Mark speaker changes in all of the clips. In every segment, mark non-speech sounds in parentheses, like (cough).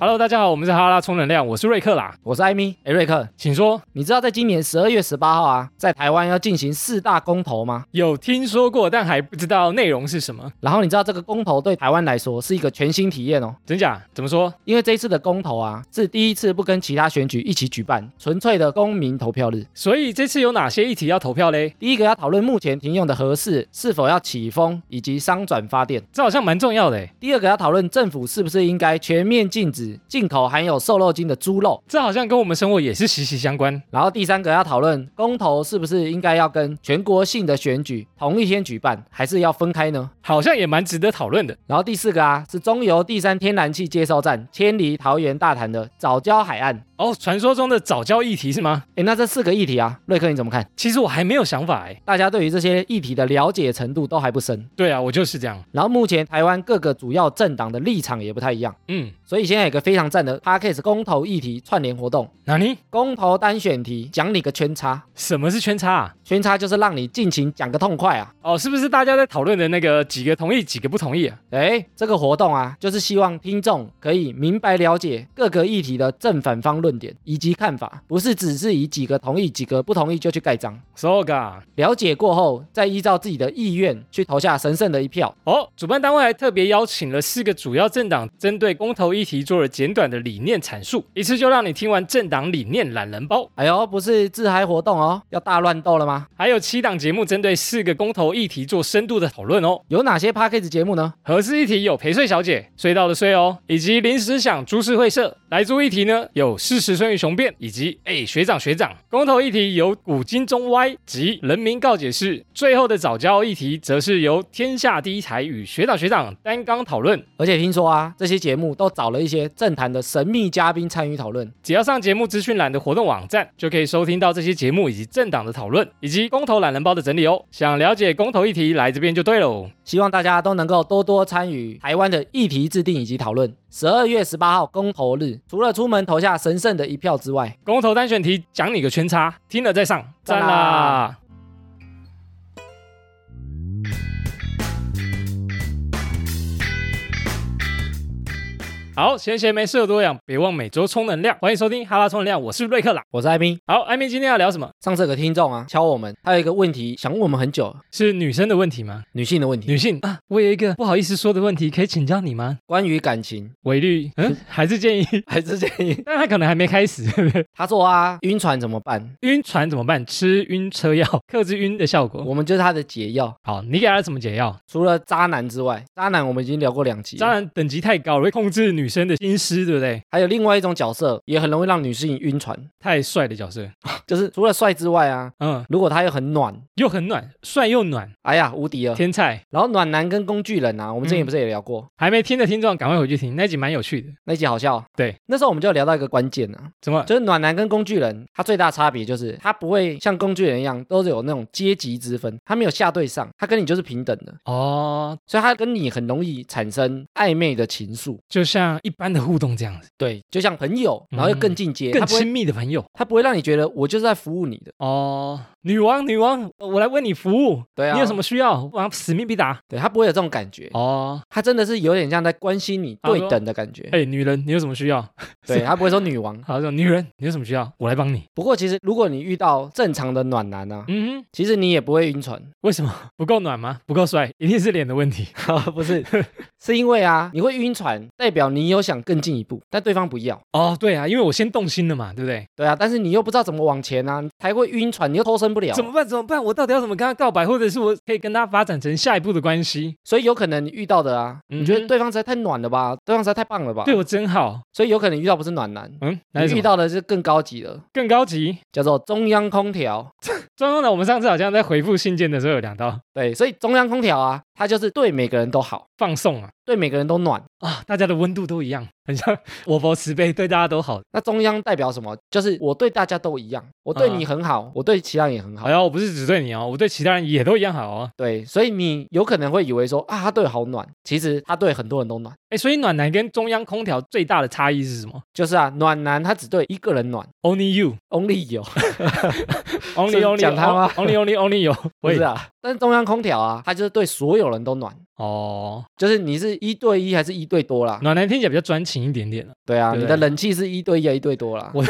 Speaker 1: Hello，大家好，我们是哈拉充能量，我是瑞克啦，
Speaker 2: 我是艾米。哎，瑞克，
Speaker 1: 请说。
Speaker 2: 你知道在今年十二月十八号啊，在台湾要进行四大公投吗？
Speaker 1: 有听说过，但还不知道内容是什么，
Speaker 2: 然后你知道这个公投对台湾来说是一个全新体验哦，
Speaker 1: 真假？怎么说？
Speaker 2: 因为这一次的公投啊，是第一次不跟其他选举一起举办，纯粹的公民投票日。
Speaker 1: 所以这次有哪些议题要投票嘞？
Speaker 2: 第一个要讨论目前停用的核适是否要起风以及商转发电。
Speaker 1: 这好像蛮重要的诶，欸
Speaker 2: 第二个要讨论政府是不是应该全面禁止进口含有瘦肉精的猪肉。
Speaker 1: 这好像跟我们生活也是息息相关。
Speaker 2: 然后第三个要讨论公投是不是应该要跟全国性的选举同一天举办，还是要分开呢？
Speaker 1: 好像也蛮值得讨论的。
Speaker 2: 然后第四个啊，是中油第三天然气接收站迁离桃园大潭的早礁海岸。
Speaker 1: 哦，传说中的早教议题是吗？
Speaker 2: 诶，那这四个议题啊，瑞克你怎么看？
Speaker 1: 其实我还没有想法哎。
Speaker 2: 大家对于这些议题的了解程度都还不深，
Speaker 1: 对啊，我就是这样。
Speaker 2: 然后目前台湾各个主要政党的立场也不太一样，
Speaker 1: 嗯，
Speaker 2: 所以现在有个非常赞的 p a c k a s e 公投议题串联活动，
Speaker 1: 哪尼？
Speaker 2: 公投单选题讲你个圈叉，
Speaker 1: 什么是圈叉啊？
Speaker 2: 圈叉就是让你尽情讲个痛快啊！
Speaker 1: 哦，是不是大家在讨论的那个几个同意，几个不同意啊？
Speaker 2: 诶，这个活动啊，就是希望听众可以明白了解各个议题的正反方论点以及看法，不是只是以几个同意、几个不同意就去盖章。
Speaker 1: so ga。
Speaker 2: 了解过后，再依照自己的意愿去投下神圣的一票。
Speaker 1: 哦，主办单位还特别邀请了四个主要政党，针对公投议题做了简短的理念阐述，一次就让你听完政党理念懒人包。
Speaker 2: 哎呦，不是自嗨活动哦，要大乱斗了吗？
Speaker 1: 还有七档节目针对四个公投议题做深度的讨论哦。
Speaker 2: 有哪些 p a c k a g e 节目呢？
Speaker 1: 合适议题有陪睡小姐、隧道的睡哦，以及临时想株式会社。来租议题呢有事实生与雄辩，以及哎学长学长。公投议题由古今中歪及人民告解释。最后的早教议题则是由天下第一台与学长学长担纲讨论。
Speaker 2: 而且听说啊，这些节目都找了一些政坛的神秘嘉宾参与讨论。
Speaker 1: 只要上节目资讯栏的活动网站，就可以收听到这些节目以及政党的讨论，以及公投懒人包的整理哦。想了解公投议题，来这边就对喽。
Speaker 2: 希望大家都能够多多参与台湾的议题制定以及讨论。十二月十八号公投日，除了出门投下神圣的一票之外，
Speaker 1: 公投单选题讲你个圈叉，听了再上，赞
Speaker 2: 赞啦
Speaker 1: 啦！好，闲闲没事有多养，别忘每周充能量。欢迎收听哈拉充能量，我是瑞克啦。
Speaker 2: 我是艾米。
Speaker 1: 好，艾米今天要聊什么？
Speaker 2: 上次有个听众啊敲我们，他有一个问题想问我们很久，
Speaker 1: 是女生的问题吗？
Speaker 2: 女性的问题，
Speaker 1: 女性啊，我有一个不好意思说的问题，可以请教你吗？
Speaker 2: 关于感情，
Speaker 1: 尾律，嗯，还是建议， (laughs)
Speaker 2: 还是建议
Speaker 1: 但他可能还没开始。 (laughs)
Speaker 2: 他说啊，晕船怎么办？
Speaker 1: 晕船怎么办？吃晕车药， (laughs) 克制晕的效果。
Speaker 2: 我们就是他的解药。
Speaker 1: 好，你给他什么解药？
Speaker 2: 除了渣男之外，渣男我们已经聊过两集了，
Speaker 1: 当然等级太高了，会控制女生的心思，对不对？
Speaker 2: 还有另外一种角色也很容易让女性晕船，
Speaker 1: 太帅的角色，
Speaker 2: 就是除了帅之外啊，
Speaker 1: 嗯，
Speaker 2: 如果他又很暖，
Speaker 1: 又很暖，帅又暖，
Speaker 2: 哎呀无敌了。
Speaker 1: 天嗯才。
Speaker 2: 然后暖男跟工具人啊，我们之前不是也聊过、
Speaker 1: 还没听的听众，赶快回去听，那集蛮有趣的。
Speaker 2: 那一集好笑？哦
Speaker 1: 对，
Speaker 2: 那时候我们就聊到一个关键啊，
Speaker 1: 怎么？
Speaker 2: 就是暖男跟工具人，他最大差别就是他不会像工具人一样都是有那种阶级之分，他没有下对上，他跟你就是平等的，
Speaker 1: 哦，
Speaker 2: 所以他跟你很容易产生暧昧的情愫。
Speaker 1: 就像一般的互动这样子，
Speaker 2: 对，就像朋友，然后又更进阶，
Speaker 1: 嗯更
Speaker 2: 他不
Speaker 1: 亲
Speaker 2: 会
Speaker 1: 密的朋友。
Speaker 2: 他不会让你觉得我就是在服务你的。
Speaker 1: 哦，女王，女王，我来为你服务，
Speaker 2: 对啊，
Speaker 1: 你有什么？需要，我死命必达。
Speaker 2: 对他不会有这种感觉。
Speaker 1: 哦，
Speaker 2: 他真的是有点像在关心你
Speaker 1: 他说
Speaker 2: 对等的感觉，
Speaker 1: 哎、女人，你有什么需要？
Speaker 2: 对他不会说女王。
Speaker 1: 好，这种女人，你有什么需要，我来帮你。
Speaker 2: 不过其实如果你遇到正常的暖男啊，
Speaker 1: 嗯哼，
Speaker 2: 其实你也不会晕
Speaker 1: (laughs)
Speaker 2: 船，
Speaker 1: 为什么不够暖吗？不够帅，一定是脸的问题。
Speaker 2: 不是，是因为啊你会晕船，代表你有想更进一步，但对方不要，
Speaker 1: (laughs) 哦，对啊，因为我先动心了嘛，对不对？
Speaker 2: 对啊，但是你又不知道怎么往前啊，才会晕船，你又脱身不了，
Speaker 1: 啊怎么办？怎么办？我到底要怎么跟他告白，或者是我可以跟他发展成下一步的关系？
Speaker 2: 所以有可能你遇到的啊，
Speaker 1: 嗯哼
Speaker 2: 你觉得对方实在太暖了吧，对方实在太棒了吧，
Speaker 1: 对，我真好，
Speaker 2: 所以有可能遇到不是暖男，
Speaker 1: 嗯，
Speaker 2: 你
Speaker 1: 那是什
Speaker 2: 遇
Speaker 1: 么？
Speaker 2: 到的是更高级的，
Speaker 1: 更高级。
Speaker 2: 叫做中央空调。
Speaker 1: 中中呢，我们上次好像在回复信件的时候有讲到
Speaker 2: 对，所以中央空调啊，它就是对每个人都好，
Speaker 1: 放送啊
Speaker 2: 对每个人都暖。
Speaker 1: 啊，大家的温度都一样，很像 (laughs) 我佛慈悲，对大家都好。
Speaker 2: 那中央代表什么？就是我对大家都一样，我对
Speaker 1: 嗯
Speaker 2: 你很好，我对其他人也很好
Speaker 1: 好。哎呀，我不是只对你哦，我对其他人也都一样好哦。
Speaker 2: 对，所以你有可能会以为说啊，他对我好暖，其实他对很多人都暖。
Speaker 1: 哎，所以暖男跟中央空调最大的差异是什么
Speaker 2: 就是啊，暖男他只对一个人暖
Speaker 1: ？Only you,
Speaker 2: ，only 有，
Speaker 1: only
Speaker 2: 是
Speaker 1: only 哦
Speaker 2: 讲他吗
Speaker 1: only only only 有，
Speaker 2: 不
Speaker 1: 喂
Speaker 2: 啊是，啊？但是中央空调啊，它就是对所有人都暖，
Speaker 1: 哦，
Speaker 2: 就是你是一对一还是一对多啦？
Speaker 1: 暖男听起来比较专情一点点了。
Speaker 2: 对啊，
Speaker 1: 对
Speaker 2: 你的冷气是一对一还是一对多啦？
Speaker 1: 我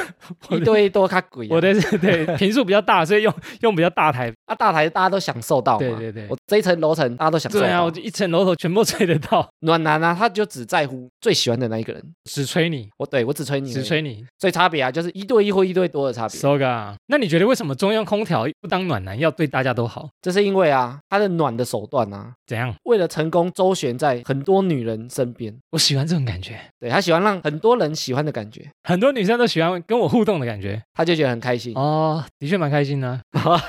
Speaker 1: 我
Speaker 2: 一
Speaker 1: 的
Speaker 2: 对一多卡鬼啊、
Speaker 1: 我的是对 (laughs) 频数比较大，所以用用比较大台。
Speaker 2: 啊大台大家都享受到嘛。
Speaker 1: 对对对
Speaker 2: 我这一层楼层大家都享受
Speaker 1: 对啊，
Speaker 2: 到。
Speaker 1: 我就一层楼头全部都吹得
Speaker 2: (laughs)
Speaker 1: 到，
Speaker 2: 暖男啊，他就只在乎最喜欢的那一个人。
Speaker 1: 只吹你，
Speaker 2: 我对我只吹你而已，
Speaker 1: 只吹你。
Speaker 2: 所以差别啊，就是一对一或一对多的差别。
Speaker 1: Soga，那你觉得为什么中央空调不当暖男，要对大家都好？
Speaker 2: 这是因为啊，他的暖的手段啊，
Speaker 1: 怎样？
Speaker 2: 为了成功周旋在很多女人身边。
Speaker 1: 我喜欢这种感觉，
Speaker 2: 对他喜欢让很多人喜欢的感觉，
Speaker 1: 很多女生都喜欢跟我互动的感觉。
Speaker 2: 他就觉得很开心。
Speaker 1: 哦，的确蛮开心的、啊
Speaker 2: (laughs)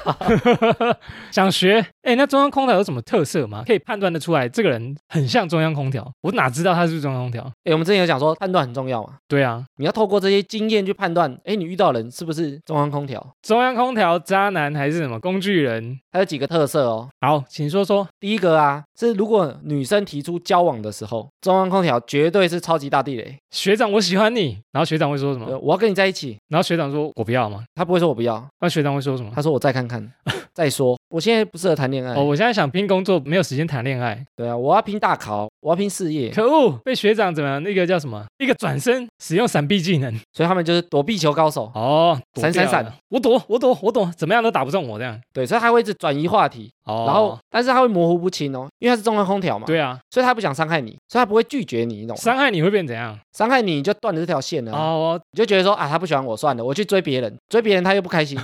Speaker 1: 想学。哎、那中央空调有什么特色吗？可以判断得出来这个人很像中央空调。我哪知道他是不是中央空调？
Speaker 2: 哎，我们之前有讲说判断很重要嘛，
Speaker 1: 对啊，
Speaker 2: 你要透过这些经验去判断，哎，你遇到的人是不是中央空调？
Speaker 1: 中央空调渣男还是什么工具人？
Speaker 2: 它有几个特色哦。
Speaker 1: 好，请说说。
Speaker 2: 第一个啊，是如果女生提出交往的时候，中央空调绝对是超级大地雷。
Speaker 1: 学长，我喜欢你。然后学长会说什
Speaker 2: 呃
Speaker 1: 么？
Speaker 2: 我要跟你在一起，
Speaker 1: 然后学长说：“我不要嘛。
Speaker 2: 他不会说我不要，”
Speaker 1: 那学长会说什么？
Speaker 2: 他说我再看
Speaker 1: (laughs)
Speaker 2: 看，再说。我现在不适合谈恋爱
Speaker 1: 哦，，我现在想拼工作，没有时间谈恋爱。
Speaker 2: 对啊，我要拼大考，我要拼事业，
Speaker 1: 可恶，被学长怎么样？那个叫什么？一个转身，使用闪避技能。
Speaker 2: 所以他们就是躲避球高手。
Speaker 1: (laughs) 哦，躲
Speaker 2: 闪闪
Speaker 1: 掉了
Speaker 2: 闪，
Speaker 1: 我躲，我躲，我躲，怎么样都打不中我这样。
Speaker 2: 对，所以他会一直转移话题，
Speaker 1: 哦，
Speaker 2: 然后但是他会模糊不清哦，因为他是中央空调嘛，
Speaker 1: 对啊，
Speaker 2: 所以他不想伤害你，所以他不会拒绝你，你懂吗？
Speaker 1: 伤害你会变怎样？
Speaker 2: 伤害你你就断了这条线了，
Speaker 1: 哦，
Speaker 2: 你就觉得说啊，他不喜欢我，算了，我去追别人，追别人他又不
Speaker 1: (laughs)
Speaker 2: 开心，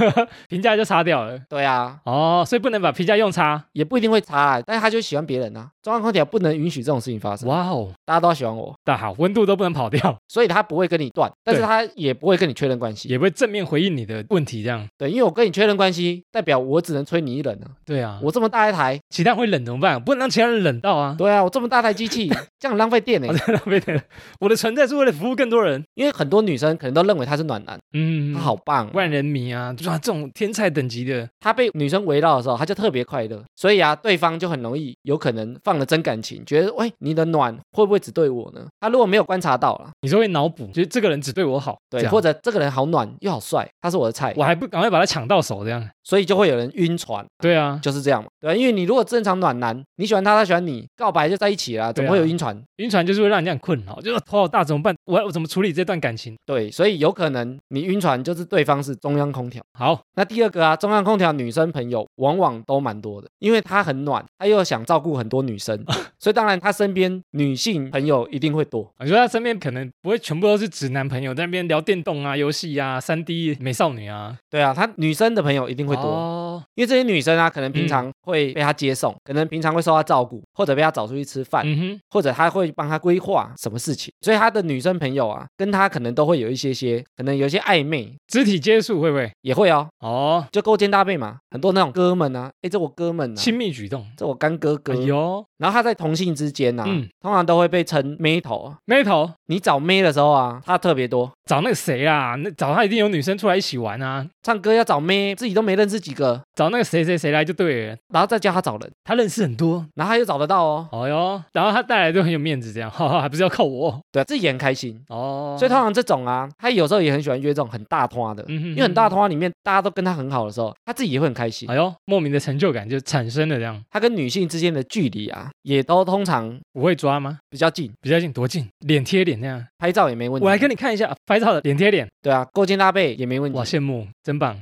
Speaker 1: 评价就差掉了。
Speaker 2: 对啊，
Speaker 1: 哦，所以不能把评价用差。
Speaker 2: 也不一定会差啊，但是他就喜欢别人啊，中央空调不能允许这种事情发生，
Speaker 1: 哇哦，
Speaker 2: 大家都要喜欢我，
Speaker 1: 大好，温度都不能跑掉，
Speaker 2: 所以他不会跟你断，但是
Speaker 1: 对
Speaker 2: 他也不会跟你确认关系，
Speaker 1: 也不会正面回应你的问题这样。
Speaker 2: 对，因为我跟你确认关系，代表我只能吹你一冷啊，
Speaker 1: 对啊，
Speaker 2: 我这么大一台，
Speaker 1: 其他人会冷怎么办？不能让其他人冷到 (laughs) 啊。
Speaker 2: 对啊，我这么大台
Speaker 1: (laughs)
Speaker 2: 机器，这样很浪费电呢、
Speaker 1: 我在浪费电，我的存在是为了服务更多人。
Speaker 2: 因为很多女生可能都认为他是暖男，
Speaker 1: 嗯，
Speaker 2: 他好棒、
Speaker 1: 万人迷啊，哇，这种天才等级的，
Speaker 2: 他被女生围绕的时候，他就特别快乐，所以啊，对方就很容易有可能放了真感情，觉得喂你的暖会不会只对我呢？他如果没有观察到啦，
Speaker 1: 你就会脑补，觉得这个人嗯只对啊我好，这
Speaker 2: 对，
Speaker 1: 样
Speaker 2: 或者这个人好暖又好帅，他是我的菜
Speaker 1: 我，还不赶快把他抢到手这样。
Speaker 2: 所以就会有人晕船，
Speaker 1: 对啊，
Speaker 2: 就是这样嘛，对啊，因为你如果正常暖男，你喜欢他，他喜欢你，告白就在一起啦，
Speaker 1: 啊
Speaker 2: 怎么会有晕船？
Speaker 1: 晕船就是会让人家很困扰，就是头好大怎么办？我要我怎么处理这段感情？
Speaker 2: 对，所以有可能你晕船就是对方是中央空调。
Speaker 1: 好，
Speaker 2: 那第二个啊，中央空调女生朋友往往都蛮多的，因为她很暖，她又想照顾很多
Speaker 1: (laughs)
Speaker 2: 女生，所以当然她身边女性朋友一定会多。
Speaker 1: 我觉得他身边可能不会全部都是直男朋友，在那边聊电动啊、游戏啊、三 D 美少女啊，
Speaker 2: 对啊，她女生的朋友一定会多，
Speaker 1: 哦，嗯
Speaker 2: 因为这些女生啊，可能平常会被她接送，可能平常会受她照顾，或者被她找出去吃饭，
Speaker 1: 嗯哼，
Speaker 2: 或者她会帮她规划什么事情，所以她的女生朋友啊，跟她可能都会有一些些，可能有一些暧昧，
Speaker 1: 肢体接触会不会？
Speaker 2: 也会哦，
Speaker 1: 哦，
Speaker 2: 就勾肩搭背嘛，很多那种哥们啊，哎，这我哥们啊，
Speaker 1: 亲密举动。
Speaker 2: 这我干哥哥，啊
Speaker 1: 哎呦，
Speaker 2: 然后他在同性之间呐、啊，
Speaker 1: 嗯
Speaker 2: 通常都会被称妹头啊。
Speaker 1: 妹头
Speaker 2: 你找妹的时候啊，他特别多。
Speaker 1: 找那个谁啦？那找他一定有女生出来一起玩啊，
Speaker 2: 唱歌要找妹，自己都没认识几个，
Speaker 1: 找那个谁谁谁来就对了。
Speaker 2: 然后再叫他找人，
Speaker 1: 他认识很多，
Speaker 2: 然后他又找得到哦。
Speaker 1: 哦哟，然后他带来都很有面子，这样， (laughs) 哈哈，还不是要靠我
Speaker 2: 对、啊，自己也很开心。
Speaker 1: 哦。
Speaker 2: 所以通常这种啊，他有时候也很喜欢约这种很大团的，
Speaker 1: 嗯哼
Speaker 2: 因为很大
Speaker 1: 嗯
Speaker 2: 团里面大家都跟他很好的时候，他自己也会很开心
Speaker 1: 哼，哎。呦，莫名的成就感就产生了，这样
Speaker 2: 他跟女性之间的距离啊，也都通常
Speaker 1: 不会抓吗？
Speaker 2: 比较近，
Speaker 1: 比较近，多近，脸贴脸那样。
Speaker 2: 拍照也没问题。
Speaker 1: 我来跟你看一下拍照的脸贴脸，
Speaker 2: 对啊，勾肩搭背也没问
Speaker 1: 哇，
Speaker 2: 题。
Speaker 1: 羡慕，真棒。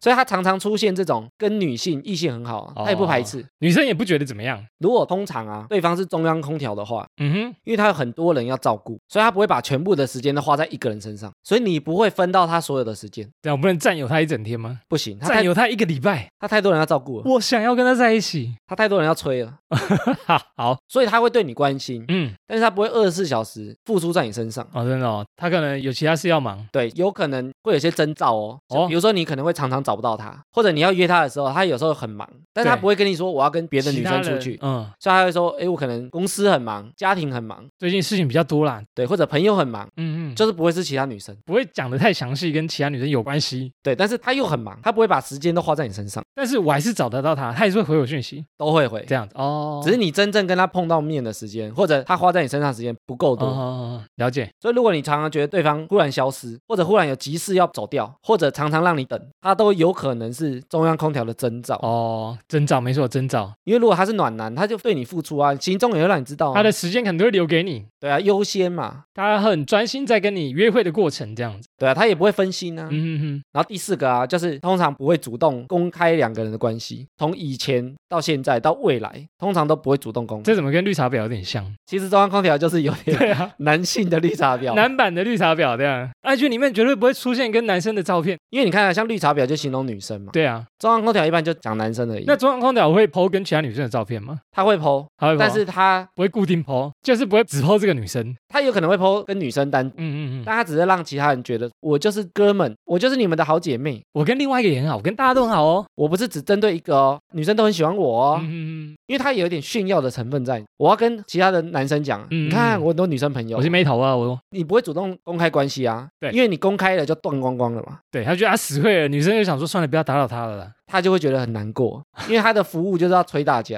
Speaker 2: 所以他常常出现这种跟女性异性很好啊，他也不排斥。
Speaker 1: 女生也不觉得怎么样，
Speaker 2: 如果通常啊，对方是中央空调的话，
Speaker 1: 嗯哼，
Speaker 2: 因为他有很多人要照顾，所以他不会把全部的时间都花在一个人身上，所以你不会分到他所有的时间，
Speaker 1: 这样我不能占有她一整天吗？
Speaker 2: 不行，他
Speaker 1: 占
Speaker 2: 太
Speaker 1: 有她一个礼拜，
Speaker 2: 他太多人要照顾了，
Speaker 1: 我想要跟她在一起，
Speaker 2: 他太多人要催了，
Speaker 1: 哈哈，好，
Speaker 2: 所以他会对你关心，
Speaker 1: 嗯，
Speaker 2: 但是他不会二十四小时付出在你身上。
Speaker 1: 哦，真的哦，她可能有其他事要忙，
Speaker 2: 对，有可能会有些征兆哦，
Speaker 1: 哦
Speaker 2: 比如说你可能会常常找不到他，或者你要约他的时候，他有时候很忙，但是他
Speaker 1: 对
Speaker 2: 不会跟你说我要跟别的
Speaker 1: 其
Speaker 2: 女
Speaker 1: 他
Speaker 2: 生出
Speaker 1: 人
Speaker 2: 去，
Speaker 1: 嗯，
Speaker 2: 所以他会说，诶，我可能公司很忙，家庭很忙，
Speaker 1: 最近事情比较多啦，
Speaker 2: 对，或者朋友很忙，
Speaker 1: 嗯嗯，就
Speaker 2: 就是不会是其他女生，
Speaker 1: 不会讲的太详细，跟其他女生有关系，
Speaker 2: 对，但是他又很忙，他不会把时间都花在你身上，
Speaker 1: 但是我还是找得到她，她还是会回我讯息，
Speaker 2: 都会回。
Speaker 1: 这样子哦，
Speaker 2: 只是你真正跟他碰到面的时间，或者他花在你身上的时间不够多。
Speaker 1: 哦，了解，
Speaker 2: 所以如果你常常觉得对方忽然消失，或者忽然有急事要走掉，或者常常让你等，他都有可能是中央空调的征兆。
Speaker 1: 哦，征兆没错，征兆，
Speaker 2: 因为如果他是暖男，他就对你付出啊，行动也会让你知道、啊，
Speaker 1: 他的时间可能都会留给你，
Speaker 2: 对啊优先嘛，
Speaker 1: 他很专心在跟你约会的过程这样子。
Speaker 2: 对啊，他也不会分心啊。
Speaker 1: 嗯哼哼，
Speaker 2: 然后第四个啊，就是通常不会主动公开两个人的关系，从以前到现在到未来，通常都不会主动公开。
Speaker 1: 这怎么跟绿茶婊有点像？
Speaker 2: 其实中央空调就是有点
Speaker 1: 对啊，
Speaker 2: (laughs) 男性的绿茶婊，
Speaker 1: 男版的绿茶婊这样。爱剧里面绝对不会出现跟男生的照片。
Speaker 2: 因为你看啊，像绿茶婊就形容女生嘛，
Speaker 1: 对啊，
Speaker 2: 中央空调一般就讲男生而已。
Speaker 1: 那中央空调会 PO 跟其他女生的照片吗？
Speaker 2: 他会 PO，
Speaker 1: 他会 PO，
Speaker 2: 但是他
Speaker 1: 不会固定 PO，就是不会只 PO 这个女生。
Speaker 2: 他有可能会 PO 跟女生单，
Speaker 1: 嗯嗯嗯。
Speaker 2: 但他只是让其他人觉得我就是哥们，我就是你们的好姐妹，
Speaker 1: 我跟另外一个也很好，我跟大家都很好哦。
Speaker 2: 我不是只针对一个哦，女生都很喜欢我哦，
Speaker 1: 嗯嗯
Speaker 2: 因为他有一点炫耀的成分在。我要跟其他的男生讲，
Speaker 1: 嗯
Speaker 2: 你看我很多女生朋
Speaker 1: 嗯，
Speaker 2: 友
Speaker 1: 我是，没头啊，我
Speaker 2: 你不会主动公开关系啊，
Speaker 1: 对
Speaker 2: 因为你公开了就断光光了嘛。
Speaker 1: 对他觉得他死会了，女生就想说算了，不要打扰他了啦。
Speaker 2: 他就会觉得很难过，因为他的服务就是要催
Speaker 1: (laughs)
Speaker 2: 大家，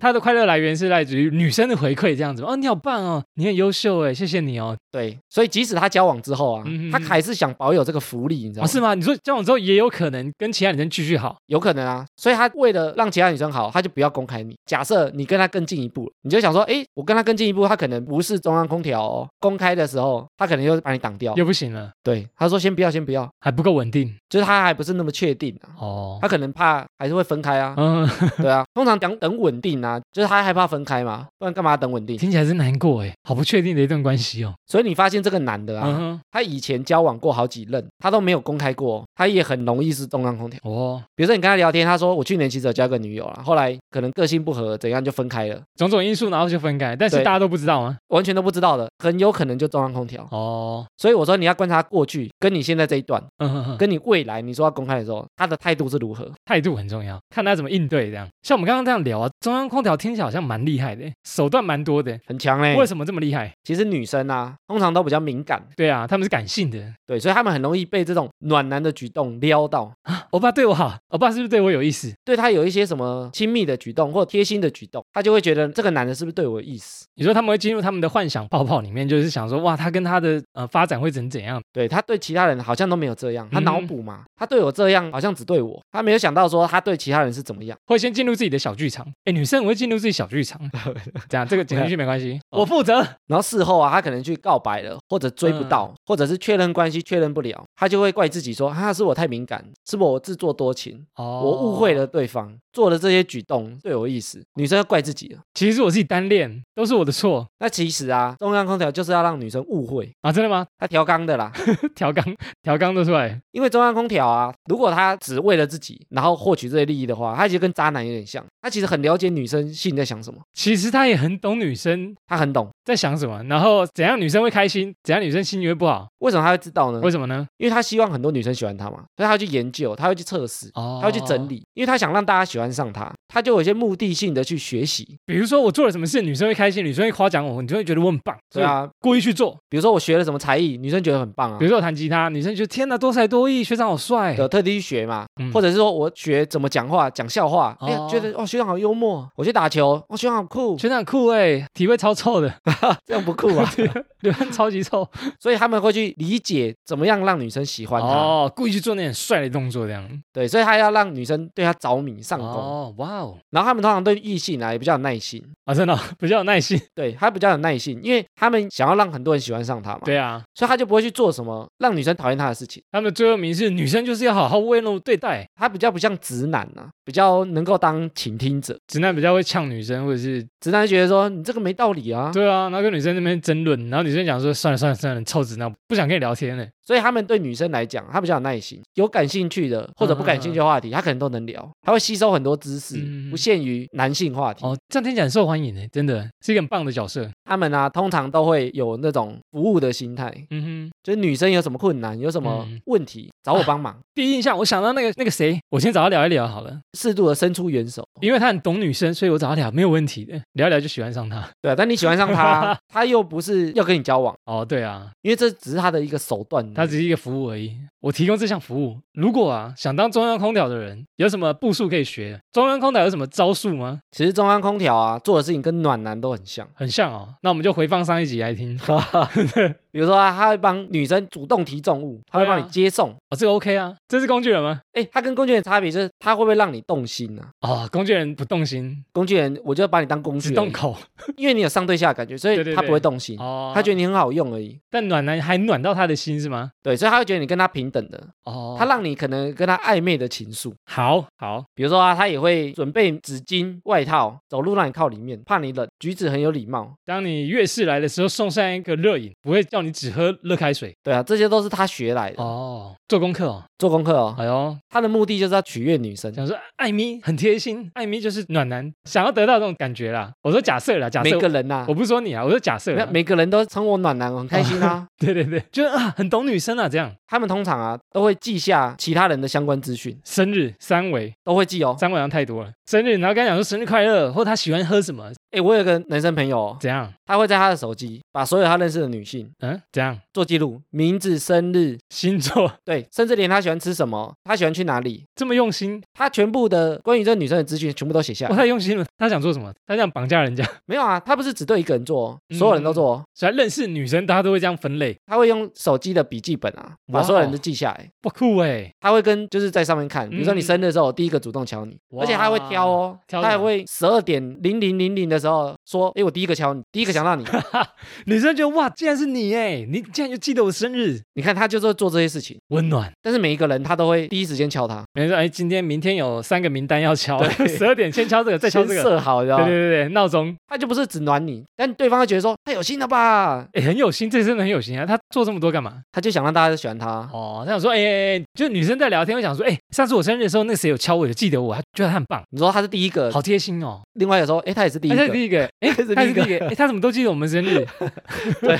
Speaker 1: 他的快乐来源是来自于女生的回馈，这样子哦，你好棒哦，你很优秀哎，谢谢你哦。
Speaker 2: 对，所以即使他交往之后啊，
Speaker 1: 嗯嗯嗯
Speaker 2: 他还是想保有这个福利，你知道
Speaker 1: 哦，
Speaker 2: 吗？
Speaker 1: 是吗？你说交往之后也有可能跟其他女生继续好，
Speaker 2: 有可能啊，所以他为了让其他女生好，他就不要公开你。假设你跟他更进一步，你就想说，诶，我跟他更进一步，他可能不是中央空调、哦，公开的时候，他可能就把你挡掉。
Speaker 1: 又不行了，
Speaker 2: 对，他说先不要，先不要，
Speaker 1: 还不够稳定
Speaker 2: 就是他还不是那么确定啊，
Speaker 1: 哦。
Speaker 2: 他可能怕还是会分开啊，
Speaker 1: 嗯， (laughs)
Speaker 2: 对啊，通常等等稳定啊，就是他害怕分开嘛，不然干嘛等稳定？
Speaker 1: 听起来真难过哎，好不确定的一段关系哦。
Speaker 2: 所以你发现这个男的啊，
Speaker 1: 嗯哼，
Speaker 2: 他以前交往过好几任，他都没有公开过，他也很容易是中央空调。
Speaker 1: 哦，
Speaker 2: 比如说你跟他聊天，他说我去年其实有交个女友啊，后来可能个性不合，怎样就分开了，
Speaker 1: 种种因素，然后就分开，但是
Speaker 2: 对
Speaker 1: 大家都不知道吗？
Speaker 2: 完全都不知道的，很有可能就中央空调。
Speaker 1: 哦，
Speaker 2: 所以我说你要观察过去，跟你现在这一段，
Speaker 1: 嗯哼哼，
Speaker 2: 跟你未来你说要公开的时候，他的态度是如何？
Speaker 1: 态度很重要，看他怎么应对这样。像我们刚刚这样聊啊，中央空调听起来好像蛮厉害的，手段蛮多的。
Speaker 2: 很强嘞
Speaker 1: 为。什么这么厉害？
Speaker 2: 其实女生啊，通常都比较敏感，
Speaker 1: 对啊，他们是感性的。 (laughs)
Speaker 2: 对，所以他们很容易被这种暖男的举动撩到，
Speaker 1: 欧巴对我好，欧巴是不是对我有意思？
Speaker 2: 对他有一些什么亲密的举动或贴心的举动，他就会觉得这个男的是不是对我有意思？
Speaker 1: 你说他们会进入他们的幻想泡泡里面，就是想说，哇，他跟他的呃发展会怎怎样？
Speaker 2: 对他对其他人好像都没有这样，他
Speaker 1: 嗯
Speaker 2: 脑补嘛，他对我这样好像只对我，他没有想到说他对其他人是怎么样。
Speaker 1: 会先进入自己的小剧场。哎，女生很会进入自己小
Speaker 2: (laughs)
Speaker 1: 剧场，这样这个剪进去没关系，我负责。
Speaker 2: 然后事后啊，他可能去告白了，或者追
Speaker 1: 嗯
Speaker 2: 不到，或者是确认关系确认不了，他就会怪自己说啊，是我太敏感，是我自作多情，
Speaker 1: 哦
Speaker 2: 我误会了，对方做的这些举动对我有意思。女生要怪自己了。
Speaker 1: 其实是我自己单恋，都是我的错
Speaker 2: 那其实啊，中央空调就是要让女生误会，
Speaker 1: 啊！真的吗？ (laughs)
Speaker 2: 他调缸的啦。
Speaker 1: 调缸，调缸都出来，
Speaker 2: 因为中央空调啊，如果他只为了自己，然后获取这些利益的话，他其实跟渣男有点像。他其实很了解女生心里在想什么，
Speaker 1: 其实他也很懂女生
Speaker 2: 他很懂。
Speaker 1: 在想什么，然后怎样女生会开心，怎样女生心情会不好，
Speaker 2: 为什么他会知道呢？
Speaker 1: 为什么呢？
Speaker 2: 因为他希望很多女生喜欢他嘛，所以他会去研究，他会去测试，
Speaker 1: 哦
Speaker 2: 他会去整。理，因为他想让大家喜欢上他，他就有一些目的性的去学习。
Speaker 1: 比如说我做了什么事，女生会开心，女生会夸奖我，你就会觉得我很棒，
Speaker 2: 对，啊，
Speaker 1: 故意去做。
Speaker 2: 比如说我学了什么才艺，女生觉得很棒啊
Speaker 1: 比如，说我弹吉他，女生觉得天哪，多才多艺，学长好帅，
Speaker 2: 有特地去学嘛，
Speaker 1: 嗯
Speaker 2: 或者是说我学怎么讲话，讲笑话，哎呀
Speaker 1: 哦，
Speaker 2: 觉得哦学长好幽默，我去打球，哦学长好酷，
Speaker 1: 学长很酷哎，体味超臭的，
Speaker 2: 这样不酷
Speaker 1: (laughs)
Speaker 2: 啊？
Speaker 1: 流汗超级臭。
Speaker 2: 所以他们会去理解怎么样让女生喜欢他，
Speaker 1: 哦，故意去做那很帅的动作，这样。
Speaker 2: 对，所以他要让女生对他着迷上钩，
Speaker 1: 哦，哇哦，
Speaker 2: 然后他们通常对异性啊也比较有耐心。
Speaker 1: 啊，真的哦比较有耐心。
Speaker 2: 对他比较有耐心，因为他们想要让很多人喜欢上他嘛。
Speaker 1: 对啊，
Speaker 2: 所以他就不会去做什么让女生讨厌他的事情。
Speaker 1: 他们的最后名是女生就是要好好温柔对待，
Speaker 2: 他比较不像直男啊，比较能够当倾听者。
Speaker 1: 直男比较会呛女生，或者是
Speaker 2: 直男就觉得说你这个没道理啊，
Speaker 1: 对啊，然后跟女生那边争论，然后女生讲说算了算了算了，你臭直男，不想跟你聊天了。
Speaker 2: 所以他们对女生来讲，他比较有耐心，有感兴趣的或者不感兴趣的话题，他可能都能聊，他会吸收很多知
Speaker 1: 嗯
Speaker 2: 识，不限于男性话题。
Speaker 1: 哦，这样听起来很受欢迎诶，真的是一个很棒的角色。
Speaker 2: 他们啊，通常都会有那种服务的心态，
Speaker 1: 嗯哼，
Speaker 2: 就是女生有什么困难、有什么
Speaker 1: 嗯
Speaker 2: 问题找我帮忙，
Speaker 1: (laughs) 第一印象我想到那个那个谁，我先找他聊一聊好了，
Speaker 2: 适度的伸出援手。
Speaker 1: 因为他很懂女生，所以我找他聊没有问题的，聊一聊就喜欢上他。
Speaker 2: 对啊，但你喜欢上
Speaker 1: (laughs)
Speaker 2: 他，他又不是要跟你交往，
Speaker 1: 哦，对啊，
Speaker 2: 因为这只是他的一个手段。
Speaker 1: 它只是一个服务而已。我提供这项服务，如果啊想当中央空调的人，有什么步数可以学？中央空调有什么招数吗？
Speaker 2: 其实中央空调啊做的事情跟暖男都很像。
Speaker 1: 很像哦，那我们就回放上一集来听。
Speaker 2: 比如说啊他会帮女生主动提重物，他会帮你
Speaker 1: 对啊
Speaker 2: 接送。
Speaker 1: (laughs) 哦，这个 OK 啊，这是工具人吗？
Speaker 2: 哎、他跟工具人的差别就是他会不会让你动心啊？
Speaker 1: 哦，工具人不动心，
Speaker 2: 工具人我就把你当工具
Speaker 1: 只
Speaker 2: 人，
Speaker 1: 动口。
Speaker 2: 因为你有上对下的感觉，所
Speaker 1: 对
Speaker 2: 以
Speaker 1: 对
Speaker 2: 他
Speaker 1: 对
Speaker 2: 不会动心，
Speaker 1: 哦，
Speaker 2: 他觉
Speaker 1: 得，
Speaker 2: 得你很好用而已。
Speaker 1: 但暖男还暖到他的心是吗？
Speaker 2: 对，所以他会觉得你跟他平等的，
Speaker 1: 哦，
Speaker 2: 他让你可能跟他暧昧的情愫。
Speaker 1: 好好
Speaker 2: 比如说啊，他也会准备纸巾、外套，走路让你靠里面，怕你冷，举止很有礼貌。
Speaker 1: 当你月事来的时候，送上一个热饮，不会叫你只喝热开水
Speaker 2: 对啊，这些都是他学来的。
Speaker 1: 哦。做功课哦，
Speaker 2: 做功课哦，
Speaker 1: 哎呦，
Speaker 2: 他的目的就是要取悦女生。
Speaker 1: 想说艾米很贴心，艾米就是暖男，想要得到这种感觉啦。我说假设啦，假
Speaker 2: 每
Speaker 1: 设
Speaker 2: 个人呐、
Speaker 1: 我不是说你啊，我说假设
Speaker 2: 没
Speaker 1: 啦
Speaker 2: 有，每个人都称我暖男，我很开
Speaker 1: (laughs)
Speaker 2: 心啊。
Speaker 1: 对对对，就是啊，很懂女生啊，这样。
Speaker 2: 他们通常啊都会记下其他人的相关资讯，
Speaker 1: 生日三围，
Speaker 2: 都会记哦。
Speaker 1: 三围好像太多了。生日，然后跟他讲说生日快乐，或他喜欢喝什么，
Speaker 2: 哎，我有个男生朋友、哦，
Speaker 1: 怎样，
Speaker 2: 他会在他的手机把所有他认识的女性
Speaker 1: 嗯，怎样，
Speaker 2: 做记录，名字、生日，
Speaker 1: 星座
Speaker 2: 对，甚至连他喜欢吃什么，他喜欢去哪里，
Speaker 1: 这么用
Speaker 2: (laughs)
Speaker 1: 心，
Speaker 2: 他全部的关于这女生的资讯全部都写下
Speaker 1: 我
Speaker 2: 来。
Speaker 1: 太用心了。他想做什么？他想绑架人家，
Speaker 2: 没有啊，他不是只对一个人做哦，
Speaker 1: 嗯
Speaker 2: 所有人都做哦，
Speaker 1: 所以他认识女生，大家都会这样分类，
Speaker 2: 他会用手机的笔记本啊，
Speaker 1: 哦
Speaker 2: 把所有人都记下来。
Speaker 1: 不酷哎，
Speaker 2: 他会跟就是在上面看，比如说你
Speaker 1: 嗯
Speaker 2: 生日的时候，我第一个主动敲你，
Speaker 1: 哇
Speaker 2: 而且他会挑哦，
Speaker 1: 挑
Speaker 2: 他还
Speaker 1: 什么
Speaker 2: 会十二点零零零零的时候说，诶，我第一个敲你，第一个
Speaker 1: (laughs)
Speaker 2: 想到你，
Speaker 1: 女生觉得哇，竟然是你哎，你竟然就记得我生日，
Speaker 2: 你看他就是会做这些事情，
Speaker 1: 温暖。
Speaker 2: 但是每一个人他都会第一时间敲他，
Speaker 1: 没错，哎，今天明天有三个名单要敲，(laughs)
Speaker 2: 对
Speaker 1: 十二点先敲这个，再敲这
Speaker 2: 先
Speaker 1: 个。
Speaker 2: 设好，你知道
Speaker 1: 对
Speaker 2: 吗
Speaker 1: 对？对对，闹钟，
Speaker 2: 他就不是只暖你，但对方会觉得说太有心了吧，
Speaker 1: 哎，很有心，这真的很有心啊！他做这么多干嘛？
Speaker 2: 他就想让大家都喜欢他。
Speaker 1: 哦，他想说，哎、哎哎，就女生在聊天会想说，哎、上次我生日的时候，那谁有敲我，有记得我，他觉得他很棒，
Speaker 2: 你说他是第一个，
Speaker 1: 好贴心哦。
Speaker 2: 另外有时候，诶，他也呃是第一
Speaker 1: 他
Speaker 2: 个
Speaker 1: 是，第一个，哎、
Speaker 2: (laughs) 他
Speaker 1: (laughs)
Speaker 2: 是
Speaker 1: 他是第
Speaker 2: 第
Speaker 1: 一个，
Speaker 2: 一个
Speaker 1: 哎、他怎么都记得我们生日？
Speaker 2: (laughs) 对，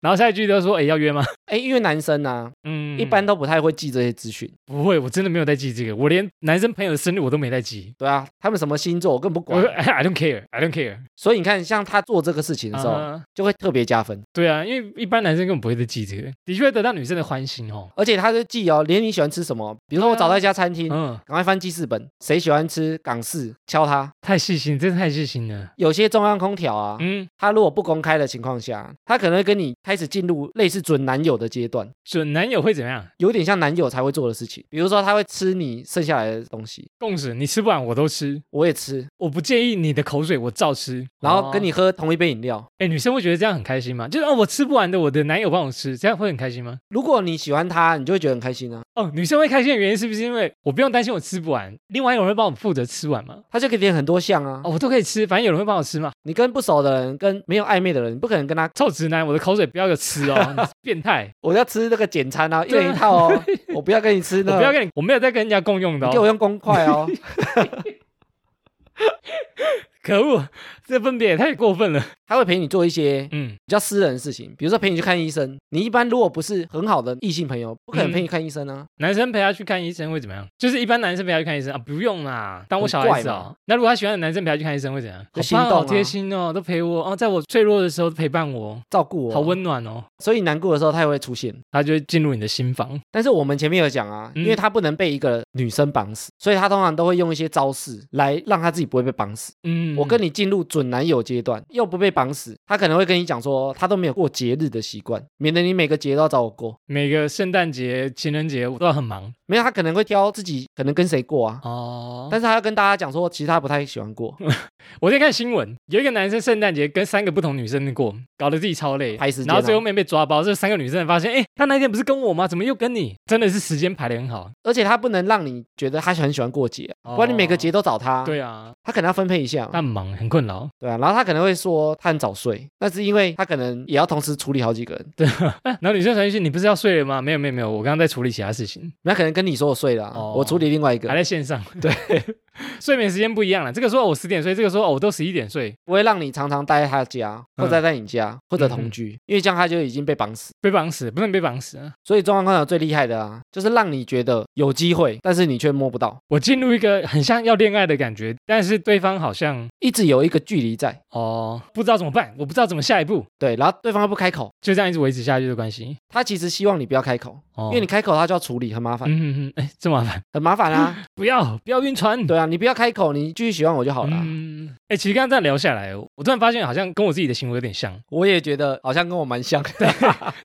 Speaker 1: 然后下一句就说，哎、要约吗？
Speaker 2: 诶，因为男生啊，
Speaker 1: 嗯，
Speaker 2: 一般都不太会记这些资讯，
Speaker 1: 不会，我真的没有在记这个，我连男生朋友的生日我都没在记。
Speaker 2: 对啊，他们什么星座我根本不
Speaker 1: 我说 (laughs)
Speaker 2: 管，
Speaker 1: 哎 I don't care, I don't care。
Speaker 2: 所以你看，像他做这个事情的时候，
Speaker 1: 啊
Speaker 2: 就会特别加分，
Speaker 1: 对啊，因为一般男生根本不会在记这个，的确会得到女生的欢心哦。
Speaker 2: 而且他就记哦，连你喜欢吃什么，比如说我
Speaker 1: 对啊
Speaker 2: 找到一家餐厅，
Speaker 1: 嗯，
Speaker 2: 赶快翻记事本，谁喜欢吃港式，敲他。
Speaker 1: 太细心，真的太细心了。
Speaker 2: 有些中央空调啊，
Speaker 1: 嗯，
Speaker 2: 他如果不公开的情况下，他可能会跟你开始进入类似准男友的阶段，
Speaker 1: 准男友会怎么样？
Speaker 2: 有点像男友才会做的事情，比如说他会吃你剩下来的东西，
Speaker 1: 共识，你吃不完我都吃，
Speaker 2: 我也吃，
Speaker 1: 我不介意你的口水，我照吃。
Speaker 2: 然后跟
Speaker 1: 哦
Speaker 2: 你喝同一杯饮料。
Speaker 1: 哎，女生会觉得这样很开心吗？就是哦，我吃不完的，我的男友帮我吃，这样会很开心吗？
Speaker 2: 如果你喜欢他，你就会觉得很开心啊，
Speaker 1: 哦，女生会开心的原因是不是因为我不用担心我吃不完，另外有人会帮我负责吃完吗？
Speaker 2: 他就可以点很多项啊。
Speaker 1: 哦，我都可以吃，反正有人会帮我吃嘛。
Speaker 2: 你跟不熟的人，跟没有暧昧的人，你不可能跟他，
Speaker 1: 臭直男，我的口水不要给我吃
Speaker 2: (laughs)
Speaker 1: 哦，你变态！
Speaker 2: 我要吃这个简餐啊，一
Speaker 1: 对啊
Speaker 2: 人一套哦，
Speaker 1: (laughs)
Speaker 2: 我不要跟你吃
Speaker 1: 我
Speaker 2: 的，
Speaker 1: 不要跟你，我没有在跟人家共用的
Speaker 2: 你给我
Speaker 1: 哦。
Speaker 2: 用公
Speaker 1: (laughs)
Speaker 2: 筷哦。
Speaker 1: 可恶，这分别也太过分了。
Speaker 2: 他会陪你做一些
Speaker 1: 嗯，
Speaker 2: 比较私人的事情，比如说陪你去看医生。你一般如果不是很好的异性朋友，不可能陪你看医生啊。
Speaker 1: 男生陪他去看医生会怎么样？就是一般男生陪他去看医生啊，不用啦，当我小孩子
Speaker 2: 很怪
Speaker 1: 哦。那如果他喜欢的男生陪他去看医生会怎样？好
Speaker 2: 就心
Speaker 1: 棒哦，
Speaker 2: 动啊
Speaker 1: 好贴心哦，都陪我哦，在我脆弱的时候陪伴我，
Speaker 2: 照顾我，啊
Speaker 1: 好温暖哦。
Speaker 2: 所以难过的时候他也会出现。
Speaker 1: 他就会进入你的心房。
Speaker 2: 但是我们前面有讲啊，
Speaker 1: 嗯
Speaker 2: 因为他不能被一个女生绑死，所以他通常都会用一些招式来让他自己不会被绑死。
Speaker 1: 嗯
Speaker 2: 我跟
Speaker 1: 你
Speaker 2: 你进入准男友阶段，又不被绑死，他可能会跟你讲说他都没有过节日的习惯，免得你每个节都要找我过。
Speaker 1: 每个圣诞节、情人节我都很忙
Speaker 2: 没有，他可能会挑自己可能跟谁过啊，
Speaker 1: 哦。
Speaker 2: 但是他要跟大家讲说，其实他不太喜欢过，
Speaker 1: 嗯我在看新闻，有一个男生圣诞节跟三个不同女生过，搞得自己超累，
Speaker 2: 排时间啊
Speaker 1: 然后最后面被抓包，这三个女生发现，哎，他那天不是跟我吗？怎么又跟你？真的是时间排得很好。
Speaker 2: 而且他不能让你觉得他很喜欢过节，
Speaker 1: 哦
Speaker 2: 不然你每个节都找他，
Speaker 1: 对啊，
Speaker 2: 他可能要分配一下嘛，
Speaker 1: 他很忙很困扰。
Speaker 2: 对啊，然后他可能会说他很早睡，那是因为他可能也要同时处理好几个人，
Speaker 1: 哎，然后女生传讯息，你不是要睡了吗？没有没有没有，我刚刚在处理其他事情，
Speaker 2: 那可能跟你说我睡了啊、
Speaker 1: 哦
Speaker 2: 我处理另外一个
Speaker 1: 还，在线上。
Speaker 2: (laughs)
Speaker 1: 对，睡眠时间不一样了。这个说我十点睡，这个说哦我都十一点睡，
Speaker 2: 不会让你常常待在他家，
Speaker 1: 嗯
Speaker 2: 或者在你家，或者同居，因为这样他就已经被绑死。
Speaker 1: 被绑死，不能被绑死啊。
Speaker 2: 所以中央空调最厉害的啊，就是让你觉得有机会，但是你却摸不到，
Speaker 1: 我进入一个很像要恋爱的感觉，但是对方好像
Speaker 2: 一直有一个距离在。
Speaker 1: 哦不知道怎么办，我不知道怎么下一步，
Speaker 2: 对，然后对方又不开口，
Speaker 1: 就这样一直维持下去的关系。
Speaker 2: 他其实希望你不要开口，
Speaker 1: 哦嗯
Speaker 2: 因为你开口他就要处理，很麻烦，
Speaker 1: 嗯嗯嗯，哎，这么麻烦， (laughs)
Speaker 2: 很麻烦啊。
Speaker 1: 不要不要晕船。
Speaker 2: (laughs) 对啊，啊，你不要开口，你继续喜欢我就好了啊。
Speaker 1: 嗯，哎、其实刚刚这样聊下来，我突然发现好像跟我自己的行为有点像。
Speaker 2: 我也觉得好像跟我蛮像。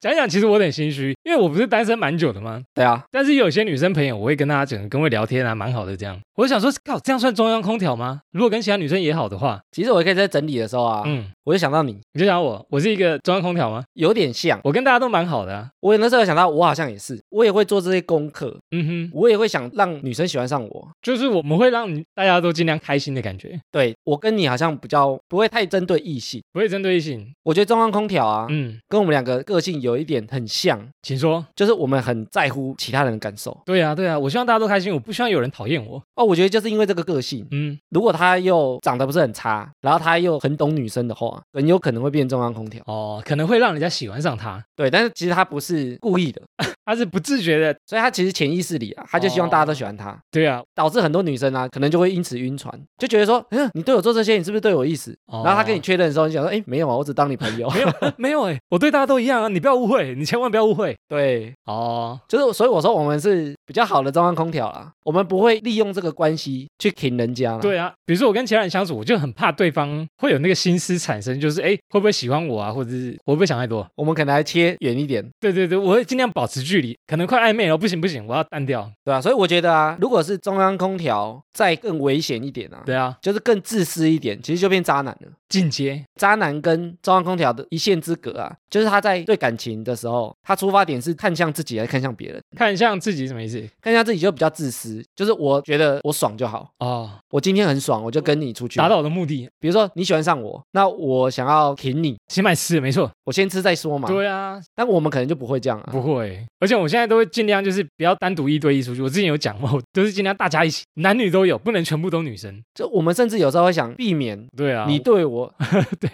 Speaker 1: 讲一讲，其实我有点心虚，因为我不是单身蛮久的吗？
Speaker 2: (laughs) 对啊，
Speaker 1: 但是有些女生朋友，我会跟她整个跟会聊天啊，蛮好的这样。我就想说，靠，这样算中央空调吗？如果跟其他女生也好的话，
Speaker 2: 其实我可以在整理的时候啊，
Speaker 1: 嗯，
Speaker 2: 我就想到你
Speaker 1: 你就想我，我是一个中央空调吗？
Speaker 2: 有点像。
Speaker 1: 我跟大家都蛮好的啊。
Speaker 2: 我那时候有想到，我好像也是，我也会做这些功课，
Speaker 1: 嗯哼，
Speaker 2: 我也会想让女生喜欢上我。
Speaker 1: 就是我们会让你大家都尽量开心的感觉，
Speaker 2: 对我跟你好像比较不会太针对异性。
Speaker 1: 不会针对性。
Speaker 2: 我觉得中央空调啊，
Speaker 1: 嗯，
Speaker 2: 跟我们两个个性有一点很像，
Speaker 1: 请说。
Speaker 2: 就是我们很在乎其他人的感受。
Speaker 1: 对啊，对啊，我希望大家都开心，我不希望有人讨厌我。
Speaker 2: 哦，我觉得就是因为这个个性，
Speaker 1: 嗯，
Speaker 2: 如果他又长得不是很差，然后他又很懂女生的话，很有可能会变中央空调。
Speaker 1: 哦，可能会让人家喜欢上他，
Speaker 2: 对，但是其实他不是故意的，
Speaker 1: 他是不自觉的。
Speaker 2: 所以他其实潜意识里啊，他就希望大
Speaker 1: 哦
Speaker 2: 家都喜欢他。
Speaker 1: 对啊，
Speaker 2: 导致很多女生啊，可能就会因此晕船，就觉得说，嗯，你对我做这些，你是不是对我有意思？
Speaker 1: 哦
Speaker 2: 然后他跟你确认的时候，你想说，哎，没有啊，我只当你朋
Speaker 1: (laughs)
Speaker 2: 友。
Speaker 1: 没有没有哎、我对大家都一样啊，你不要误会，你千万不要误会。
Speaker 2: (laughs) 对，
Speaker 1: 哦，
Speaker 2: 就是所以我说我们是比较好的中央空调啦，我们不会利用这个关系去挺人家啦。
Speaker 1: 对啊，比如说我跟其他人相处，我就很怕对方会有那个心思产生，就是哎会不会喜欢我啊，或者是我会不会想太多？
Speaker 2: 我们可能还切远一点，
Speaker 1: 对对对，我会尽量保持距离，可能快暧昧了，不行不行，我要淡掉。
Speaker 2: 对吧、所以我觉得啊，如果是中央空调再更危险一点啊，
Speaker 1: 对啊，
Speaker 2: 就是更自私一点，其实就变渣男了。
Speaker 1: 进阶，
Speaker 2: 渣男跟中央空调的一线之隔啊，就是他在对感情的时候，他出发点是看向自己，还是看向别人？
Speaker 1: 看向自己什么意思？
Speaker 2: 看向自己就比较自私，就是我觉得我爽就好，
Speaker 1: 哦，
Speaker 2: 我今天很爽，我就跟你出去。
Speaker 1: 达到我的目的，
Speaker 2: 比如说你喜欢上我，那我想要挺你，
Speaker 1: 先买吃的，没错。
Speaker 2: 我先吃再说嘛。，
Speaker 1: 对啊，
Speaker 2: 但我们可能就不会这样啊。
Speaker 1: 不会，而且我现在都会尽量就是不要单独一对一出去。我之前有讲过，我 (laughs) 都是尽量大家一起，男女都有，不能全部都女生。
Speaker 2: 就我们甚至有时候会想避免
Speaker 1: 对啊，
Speaker 2: 你对
Speaker 1: (laughs)
Speaker 2: 我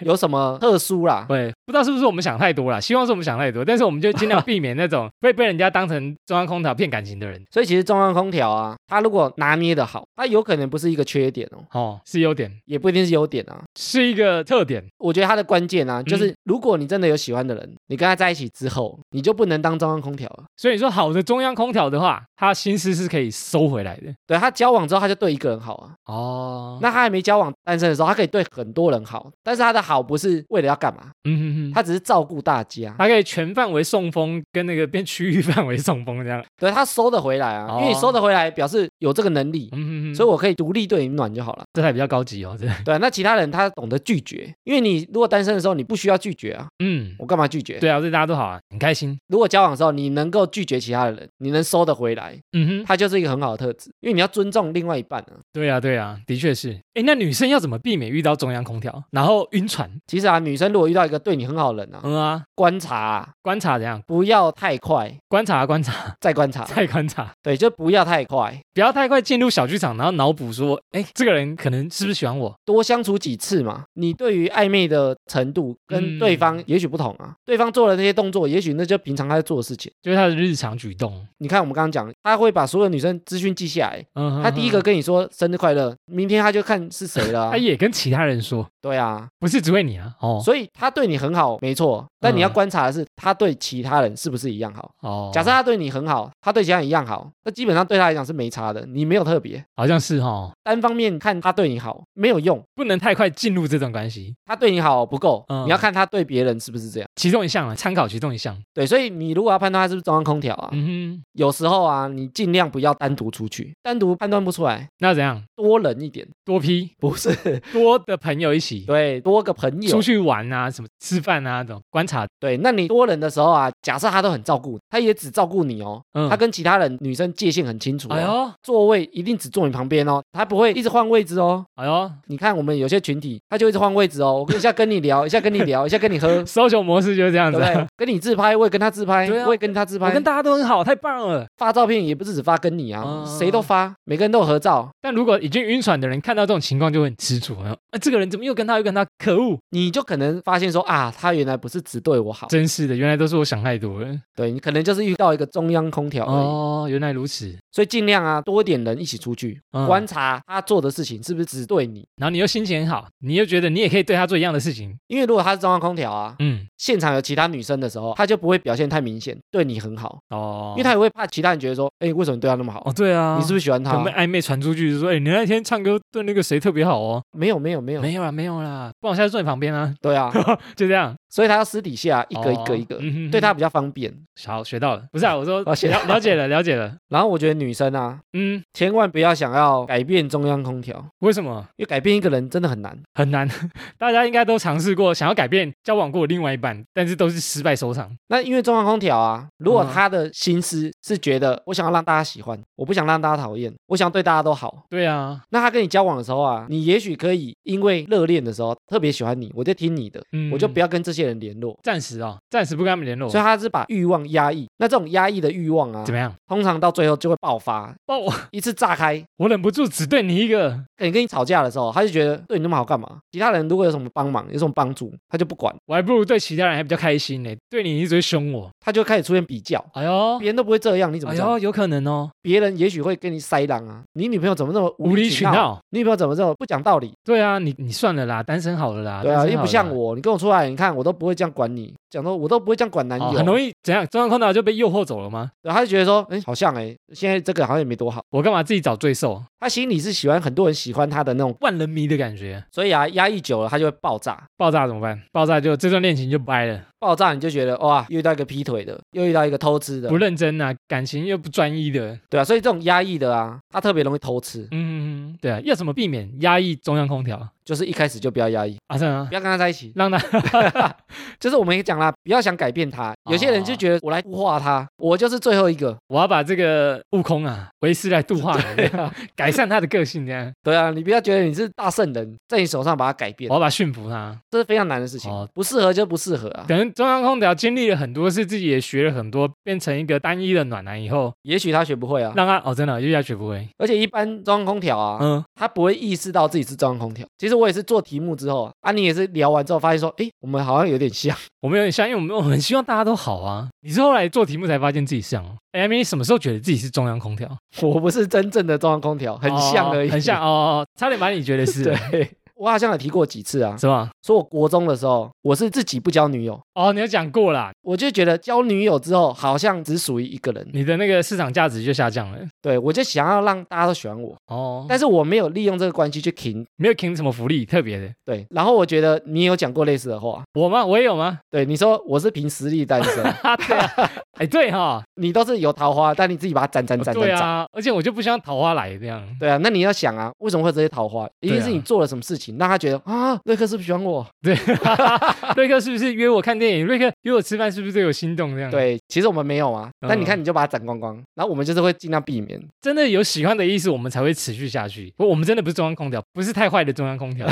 Speaker 2: 有什么特殊啦。
Speaker 1: 对，不知道是不是我们想太多了，希望是我们想太多，但是我们就尽量避免那种 (laughs) 被被人家当成中央空调骗感情的人。
Speaker 2: 所以其实中央空调啊，它如果拿捏的好，它有可能不是一个缺点哦，
Speaker 1: 哦，是优点，
Speaker 2: 也不一定是优点啊。
Speaker 1: 是一个特点。
Speaker 2: 我觉得它的关键啊，就是
Speaker 1: 嗯
Speaker 2: 如果你真的有喜欢的人，你跟他在一起之后，你就不能当中央空调了。
Speaker 1: 所以说，好的中央空调的话，他心思是可以收回来的。
Speaker 2: 对他交往之后，他就对一个人好啊。
Speaker 1: 哦那
Speaker 2: 那他还没交往单身的时候，他可以对很多人好，但是他的好不是为了要干嘛，
Speaker 1: 嗯哼哼，他
Speaker 2: 他只是照顾大家，
Speaker 1: 他可以全范围送风，跟那个变区域范围送风这样。
Speaker 2: 对他收得回来啊，因为你
Speaker 1: 哦
Speaker 2: 收得回来表示有这个能力。
Speaker 1: 嗯哼哼，
Speaker 2: 所
Speaker 1: 所
Speaker 2: 以
Speaker 1: 以
Speaker 2: 我可以独立对你暖就好了，
Speaker 1: 这才比较高级哦，这
Speaker 2: 对啊、那其他人他懂得拒绝，因为你如果单身的时候你不需要拒绝啊，
Speaker 1: 嗯。
Speaker 2: 我干嘛拒绝？
Speaker 1: 对啊，对大家都好啊，很开心。
Speaker 2: 如果交往的时候你能够拒绝其他的人，你能收得回来，
Speaker 1: 嗯哼，
Speaker 2: 他就是一个很好的特质，因为你要尊重另外一半啊。
Speaker 1: 对啊，对啊，的确是。哎，那女生要怎么避免遇到中央空调，然后晕船？
Speaker 2: 其实啊，女生如果遇到一个对你很好的人啊，
Speaker 1: 嗯啊，
Speaker 2: 观察、啊、
Speaker 1: 观察怎样？
Speaker 2: 不要太快，
Speaker 1: 观察啊观察
Speaker 2: 再观
Speaker 1: (laughs)
Speaker 2: 察，
Speaker 1: 再观察，
Speaker 2: 对，就不要太快，
Speaker 1: 不要太快进入小剧场，然后脑补说，哎，这个人可能是不是喜欢我？
Speaker 2: 多相处几次嘛，你对于暧昧的程度跟
Speaker 1: 嗯
Speaker 2: 对方也许不同啊，对方做了那些动作，也许那就平常他在做的事情。
Speaker 1: 就是他的日常举动。
Speaker 2: 你看，我们刚刚讲，他会把所有女生资讯记下来，
Speaker 1: 嗯哼
Speaker 2: 他第一个，跟你说生日快乐，明天他就看是谁
Speaker 1: (laughs)
Speaker 2: 了啊、
Speaker 1: 他也跟其他人说，
Speaker 2: 对啊，
Speaker 1: 不是只为你啊。哦
Speaker 2: 所以他对你很好，没错，但你要
Speaker 1: 嗯
Speaker 2: 观察的是他对其他人是不是一样好。
Speaker 1: 哦，
Speaker 2: 假设他对你很好，他对其他人一样好，那基本上对他来讲是没差的，你没有特别。
Speaker 1: 好像是哦，
Speaker 2: 单方面看他对你好没有用，
Speaker 1: 不能太快进入这段关系。
Speaker 2: 他对你好不够，
Speaker 1: 嗯
Speaker 2: 你要看他对别人是不是这样。
Speaker 1: 其中一项啊，参考其中一项。
Speaker 2: 对，所以你如果要判断他是不是中央空调啊，
Speaker 1: 嗯哼，
Speaker 2: 有时候啊，你尽量不要单独出去，单独判断不出来，
Speaker 1: 那怎样？
Speaker 2: 多人一点，
Speaker 1: 多批
Speaker 2: 不
Speaker 1: (laughs)
Speaker 2: 是
Speaker 1: 多的朋友一起
Speaker 2: 对，多个朋友
Speaker 1: 出。去玩啊，什么吃饭啊，这种观察。
Speaker 2: 对，那你多人的时候啊，假设他都很照顾，他也只照顾你哦，
Speaker 1: 嗯
Speaker 2: 他跟其他人女生界限很清楚、哦，
Speaker 1: 哎呦，
Speaker 2: 座位一定只坐你旁边哦，他不会一直换位置哦。
Speaker 1: 哎呦，。
Speaker 2: 你看我们有些群体，他就一直换位置哦，我一下跟你聊，一下跟你聊，一下跟你喝
Speaker 1: 搜求模式就是这样
Speaker 2: 对
Speaker 1: 子
Speaker 2: 不。 (laughs) 对？跟你自拍，我也跟他自拍，
Speaker 1: 对啊
Speaker 2: 我也跟他自
Speaker 1: 我
Speaker 2: 拍。
Speaker 1: 跟大家都很好，太棒了。
Speaker 2: 发照片也不是只发跟你啊，
Speaker 1: 嗯
Speaker 2: 谁都发，每个人都有合照，
Speaker 1: 但如果已经晕船的人看到这种情况就会很吃醋，然后啊，这个人怎么又跟他又跟他，可恶！
Speaker 2: 你就可能发现说啊，他原来不是只对我好，
Speaker 1: 真是的，原来都是我想太多了。
Speaker 2: 对你可能就是遇到一个中央空调而已，
Speaker 1: 哦，原来如此。
Speaker 2: 所以尽量啊多一点人一起出去、
Speaker 1: 嗯
Speaker 2: 观察他做的事情是不是只对你，
Speaker 1: 然后你又心情很好，你又觉得你也可以对他做一样的事情，
Speaker 2: 因为如果他是中央空调啊，
Speaker 1: 嗯，
Speaker 2: 现场有其他女生的时候，他就不会表现太明显，对你很好，
Speaker 1: 哦，
Speaker 2: 因为他也会怕其他人觉得说，哎，为什么你对他那么好？
Speaker 1: 哦对啊，
Speaker 2: 你是不是喜欢
Speaker 1: 可
Speaker 2: 他
Speaker 1: 能？被暧昧传出去，就说哎，你那天唱歌对那个谁特别好哦？
Speaker 2: 没有没有没有，
Speaker 1: 没有啦，没有啦，不然我下次坐你旁边啊， (laughs)
Speaker 2: 对 (laughs) 啊，
Speaker 1: 就这样，
Speaker 2: 所以他要私底下一个一
Speaker 1: 哦
Speaker 2: 个一个，
Speaker 1: 嗯哼
Speaker 2: 对他比较方便。
Speaker 1: 好学到了，不是啊，我说
Speaker 2: 哦学到
Speaker 1: 了了解了，了解了，
Speaker 2: 然后我觉得女生啊，
Speaker 1: 嗯，
Speaker 2: 千万不要想要改变中央空调，
Speaker 1: 为什么？
Speaker 2: 因为改变一个人真的很难。
Speaker 1: 很难， (laughs) 大家应该都尝试过，想要改变交往过的另外一半，但是都是失败收场。
Speaker 2: 那因为中央空调啊，如果
Speaker 1: 嗯
Speaker 2: 他的心思是觉得我想要让大家喜欢，我不想让大家讨厌，我想对大家都好，
Speaker 1: 对啊，
Speaker 2: 那他跟你交往的时候啊，你也许可以因为热恋的时候特别喜欢你，我就听你的，
Speaker 1: 嗯
Speaker 2: 我就不要跟这些人联络。
Speaker 1: 暂时哦，暂时不跟他们联络，
Speaker 2: 所以他是把欲望压抑，那这种压抑的欲望啊
Speaker 1: 怎，么样？
Speaker 2: 通常到最后就会爆发，
Speaker 1: 哦，我
Speaker 2: 一次炸开。哎
Speaker 1: 我忍不住只对你一个，
Speaker 2: 跟你跟你吵架的时候，他就觉得对你那么好干嘛？其他人如果有什么帮忙，有什么帮助，他就不管，
Speaker 1: 我还不如对其他人还比较开心呢。对你一直会凶我，
Speaker 2: 他就开始出现比较，
Speaker 1: 哎呦，
Speaker 2: 别人都不会这样，你怎么
Speaker 1: 哎
Speaker 2: 这样？
Speaker 1: 呦，有可能哦，
Speaker 2: 别人也许会跟你塞狼啊，你女朋友怎么那么
Speaker 1: 无理取
Speaker 2: 闹？
Speaker 1: 闹。
Speaker 2: 你女朋友怎么这么不讲道理？
Speaker 1: 对啊，你你算了啦，单身好了啦，
Speaker 2: 对啊，
Speaker 1: 单身
Speaker 2: 又
Speaker 1: 好
Speaker 2: 不
Speaker 1: 了
Speaker 2: 像
Speaker 1: 啦。
Speaker 2: 我，你跟我出来，你看我都不会这样管你，讲说我都不会这样管男友，
Speaker 1: 哦、很容
Speaker 2: 易。
Speaker 1: 易怎样？中央空调就被诱惑走了吗？
Speaker 2: 他就觉得说，哎，好像哎，现在这个好像也没多好。
Speaker 1: 我干嘛自己找罪受？
Speaker 2: 他心里是喜欢很多人喜欢他的那种，
Speaker 1: 万人迷的感觉，
Speaker 2: 所以啊，压抑久了他就会爆炸，
Speaker 1: 爆炸怎么办？爆炸就这段恋情就掰了，
Speaker 2: 爆炸你就觉得哇，又遇到一个劈腿的，又遇到一个偷吃的
Speaker 1: 不，认真啊，感情又不专一的，
Speaker 2: 对啊，所以这种压抑的啊，他特别容易偷吃，
Speaker 1: 嗯，对啊，要怎么避免压抑中央空调？
Speaker 2: 就是一开始就不要压抑，
Speaker 1: 阿正啊
Speaker 2: 不，要跟他在一起。
Speaker 1: 让他 (laughs)
Speaker 2: (laughs) 就是我们也讲啦，不要想改变他。有些人就觉得我来物化他，我就是最后一个。
Speaker 1: 我要把这个悟空啊为师来度化
Speaker 2: (laughs)
Speaker 1: 人， (laughs) 改善他的个性，这样
Speaker 2: 啊对啊，你不要觉得你是大圣人，在你手上把他改变
Speaker 1: 我，要把他驯服他。
Speaker 2: 这是非常难的事情
Speaker 1: 哦。
Speaker 2: 不适合就不适合啊。
Speaker 1: 可能中央空调经历了很多事，自己也学了很多，变成一个单一的暖男以后，
Speaker 2: 也许他学不会啊，
Speaker 1: 让他哦真的又要学不会，
Speaker 2: 而且一般中央空调啊，
Speaker 1: 嗯，
Speaker 2: 他不会意识到自己是中央空调。其实我也是做题目之后啊，你也是聊完之后发现说，诶，我们好像有点像。 (laughs)
Speaker 1: 我们有点像，因为我们我很希望大家都好啊。你是后来做题目才发现自己像哦，哎，你什么时候觉得自己是中央空调？
Speaker 2: 我不是真正的中央空调，很像而已，
Speaker 1: 哦很像。哦，哦差点把你觉得是，
Speaker 2: (laughs) 对，我好像有提过几次啊，
Speaker 1: 是吧？
Speaker 2: 说我国中的时候，我是自己不交女友，
Speaker 1: 哦，你有讲过啦，
Speaker 2: 我就觉得交女友之后好像只属于一个人，
Speaker 1: 你的那个市场价值就下降了。
Speaker 2: 对我就想要让大家都喜欢我，
Speaker 1: 哦，但
Speaker 2: 但是我没有利用这个关系去停。
Speaker 1: 没有给你什么福利特别的。
Speaker 2: 对，然后我觉得你也有讲过类似的话，
Speaker 1: 我吗？我也有吗？ (laughs)
Speaker 2: 对，你说我是凭实力单身，
Speaker 1: 啊，对啊，哎，对
Speaker 2: (laughs)
Speaker 1: 哈、
Speaker 2: 你都是有桃花，但你自己把它斩斩斩斩
Speaker 1: 对
Speaker 2: 斩。
Speaker 1: 啊，而且我就不希望桃花来这样。
Speaker 2: 对啊，那你要想啊，为什么会有这些桃花？一定是
Speaker 1: 对啊
Speaker 2: 你做了什么事情，让他觉得啊，瑞克是不是喜欢我？
Speaker 1: 对， (laughs) 瑞克是不是约我看电影？瑞克约我吃饭是不是对我心动这样？，
Speaker 2: 对，其实我们没有啊，但你看
Speaker 1: 嗯
Speaker 2: 你就把它斩光光，然后我们就是会尽量避免。
Speaker 1: 真的有喜欢的意思，我们才会持续下去。我我们真的不是中央空调，不是太坏的中央空 (laughs) 调，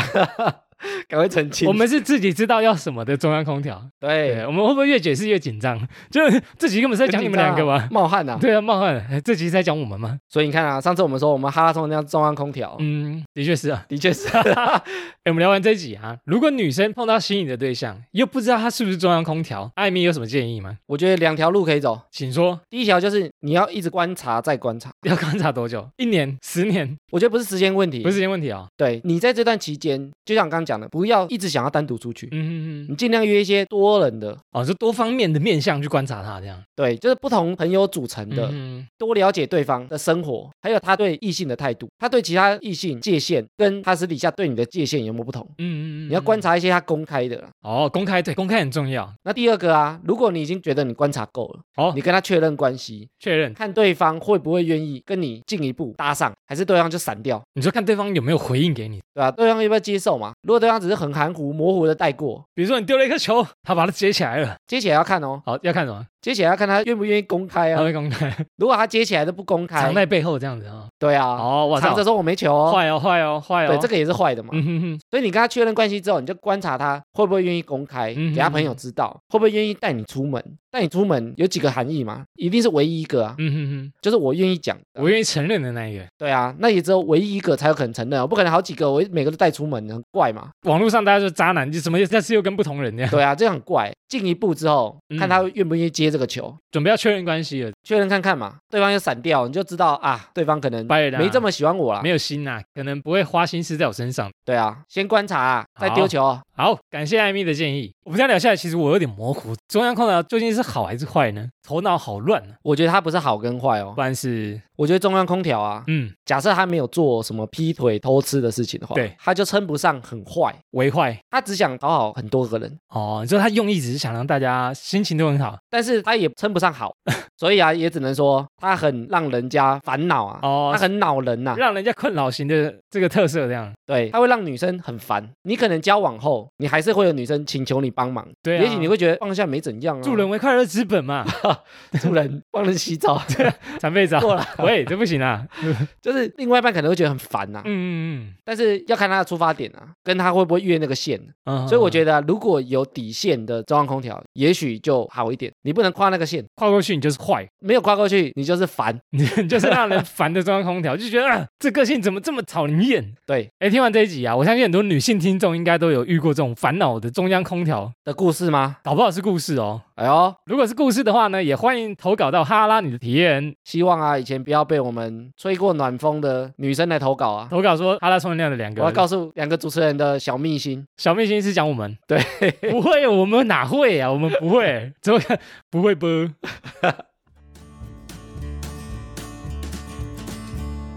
Speaker 2: 赶快澄清。
Speaker 1: (laughs) 我们是自己知道要什么的中央空调。对，
Speaker 2: (laughs) 对
Speaker 1: 我们会不会越解释越紧张？就是这集根本是在讲你们两个吧？
Speaker 2: (laughs) 冒汗啊！
Speaker 1: (laughs) 对啊，冒汗，哎这集是在讲我们吗？
Speaker 2: 所以你看啊，上次我们说我们哈拉松那样中央空调，
Speaker 1: 嗯，的确是啊。
Speaker 2: 的确是
Speaker 1: 哎，我们聊完这一集啊，如果女生碰到心仪的对象，又不知道他是不是中央空调，艾米有什么建议吗？
Speaker 2: 我觉得两条路可以走。
Speaker 1: 请说，
Speaker 2: 第一条就是你要一直观察再观察，
Speaker 1: 要观察多久？一年、十年，
Speaker 2: 我觉得不是时间问题，
Speaker 1: 不是时间问题哦。
Speaker 2: 对你在这段期间，就像我刚刚讲的，不要一直想要单独出去，
Speaker 1: 嗯嗯嗯，
Speaker 2: 你尽量约一些多人的，
Speaker 1: 哦，就多方面的面向去观察他这样。
Speaker 2: 对，就是不同朋友组成的，
Speaker 1: 嗯
Speaker 2: 多了解对方的生活，还有他对异性的态度，他对其他异性界限跟他私底下对你的界限有没有不同，
Speaker 1: 嗯嗯嗯，
Speaker 2: 你要观察一些他公开的啦。
Speaker 1: 哦，公开对，公开很重要。
Speaker 2: 那第二个啊，如果你已经觉得你观察够了，
Speaker 1: 好
Speaker 2: 你跟他确认关系，
Speaker 1: 确认，
Speaker 2: 看对方会不会愿意跟你进一步搭上，还是对方就闪掉，
Speaker 1: 你就看对方有没有回应给你。
Speaker 2: 对吧、对方要不要接受嘛？如果对方只是很含糊、模糊的带过，
Speaker 1: 比如说你丢了一颗球，他把它接起来了，
Speaker 2: 接起来要看哦，
Speaker 1: 好要看什么？
Speaker 2: 接起来要看他愿不愿意公开
Speaker 1: 他
Speaker 2: 啊。
Speaker 1: 会公开，
Speaker 2: 如果他接起来都不公开
Speaker 1: 嗯藏，在背后这样子啊。
Speaker 2: 对啊，
Speaker 1: 哦，我
Speaker 2: 藏
Speaker 1: 操
Speaker 2: 着，说我没球哦。
Speaker 1: 坏哦坏哦坏哦。
Speaker 2: 对，这个也是坏的嘛。
Speaker 1: 嗯哼哼，
Speaker 2: 所以你跟他确认关系之后，你就观察他会不会愿意公开，
Speaker 1: 嗯
Speaker 2: 给他朋友知道，会不会愿意带你出门。带你出门有几个含义嘛？一定是唯一一个啊，
Speaker 1: 嗯哼
Speaker 2: 就是我愿意讲的
Speaker 1: 哼，
Speaker 2: 啊。
Speaker 1: 我愿意承认的那一个。
Speaker 2: 对啊，那也只有唯一一个才有可能承认哦，不可能好几个我每个都带出门，很怪嘛。
Speaker 1: 网络上大家说渣男，就什么意思？但是又跟不同人那样，
Speaker 2: 对啊，这样很怪。进一步之后，
Speaker 1: 嗯
Speaker 2: 看他愿不愿意接这个球。
Speaker 1: 准备要确认关系了。
Speaker 2: 确认看看嘛，对方又闪掉，你就知道啊，对方可能
Speaker 1: 拜了啦
Speaker 2: 没这么喜欢我啦
Speaker 1: 没。有心呐、啊可能不会花心思在我身上。
Speaker 2: 对啊，先观察、啊，再
Speaker 1: 好
Speaker 2: 丢球啊。
Speaker 1: 好，感谢艾米的建议。我们这样聊下来，其实我有点模糊，中央空调究竟是好还是坏呢？头脑好乱啊，
Speaker 2: 我觉得它不是好跟坏哦
Speaker 1: 不，然是
Speaker 2: 我觉得中央空调啊，
Speaker 1: 嗯，
Speaker 2: 假设他没有做什么劈腿、偷吃的事情的话，
Speaker 1: 对，
Speaker 2: 他就称不上很坏，
Speaker 1: 为坏
Speaker 2: 他只想讨好很多个人，
Speaker 1: 哦。你说他用意只是想让大家心情都很好
Speaker 2: 但是他也称不上
Speaker 1: (laughs)
Speaker 2: 好，所以啊，也只能说他很让人家烦恼啊，
Speaker 1: 哦
Speaker 2: 他，很恼人呐、
Speaker 1: 让人家困扰型的这个特色这样。
Speaker 2: 对，他会让女生很烦。你可能交往后，你还是会有女生请求你帮忙，
Speaker 1: 对啊
Speaker 2: 也许你会嗯觉得放下没怎样啊，
Speaker 1: 助人为快乐之本嘛，
Speaker 2: 助人帮人洗澡，
Speaker 1: (laughs) 长辈
Speaker 2: (laughs)
Speaker 1: 长
Speaker 2: 过了，
Speaker 1: 喂，这不行啊。
Speaker 2: 就是另外一半可能会觉得很烦呐、
Speaker 1: 嗯嗯
Speaker 2: 但是要看他的出发点啊，跟他会不会越那个线。
Speaker 1: 嗯嗯，
Speaker 2: (laughs) 所以我
Speaker 1: 得
Speaker 2: 觉得啊、如果有底线的中央空调，也许就好一点。你不能跨那个线，
Speaker 1: 跨过去你就是坏，
Speaker 2: 没有跨过去，你就是烦。
Speaker 1: 你你 (laughs) 就是让人烦的中央空调，就觉得啊，这个性怎么这么讨人厌？
Speaker 2: 对
Speaker 1: 哎，听完这一集啊，我相信很多女性听众应该都有遇过这种烦恼的中央空调，
Speaker 2: 的故事吗？
Speaker 1: 搞不好是故事哦。
Speaker 2: 哎呦，
Speaker 1: 如果是故事的话呢，也欢迎投稿到哈拉你的体验，
Speaker 2: 希望啊，以前不要被我们吹过暖风的女生来投稿啊。
Speaker 1: 投稿说哈拉充能量的两个
Speaker 2: 我要告诉两个主持人的小秘辛，
Speaker 1: 小秘辛是讲我们，
Speaker 2: 对，
Speaker 1: (laughs) 不会，我们哪会啊？我们不会，怎么可不会不？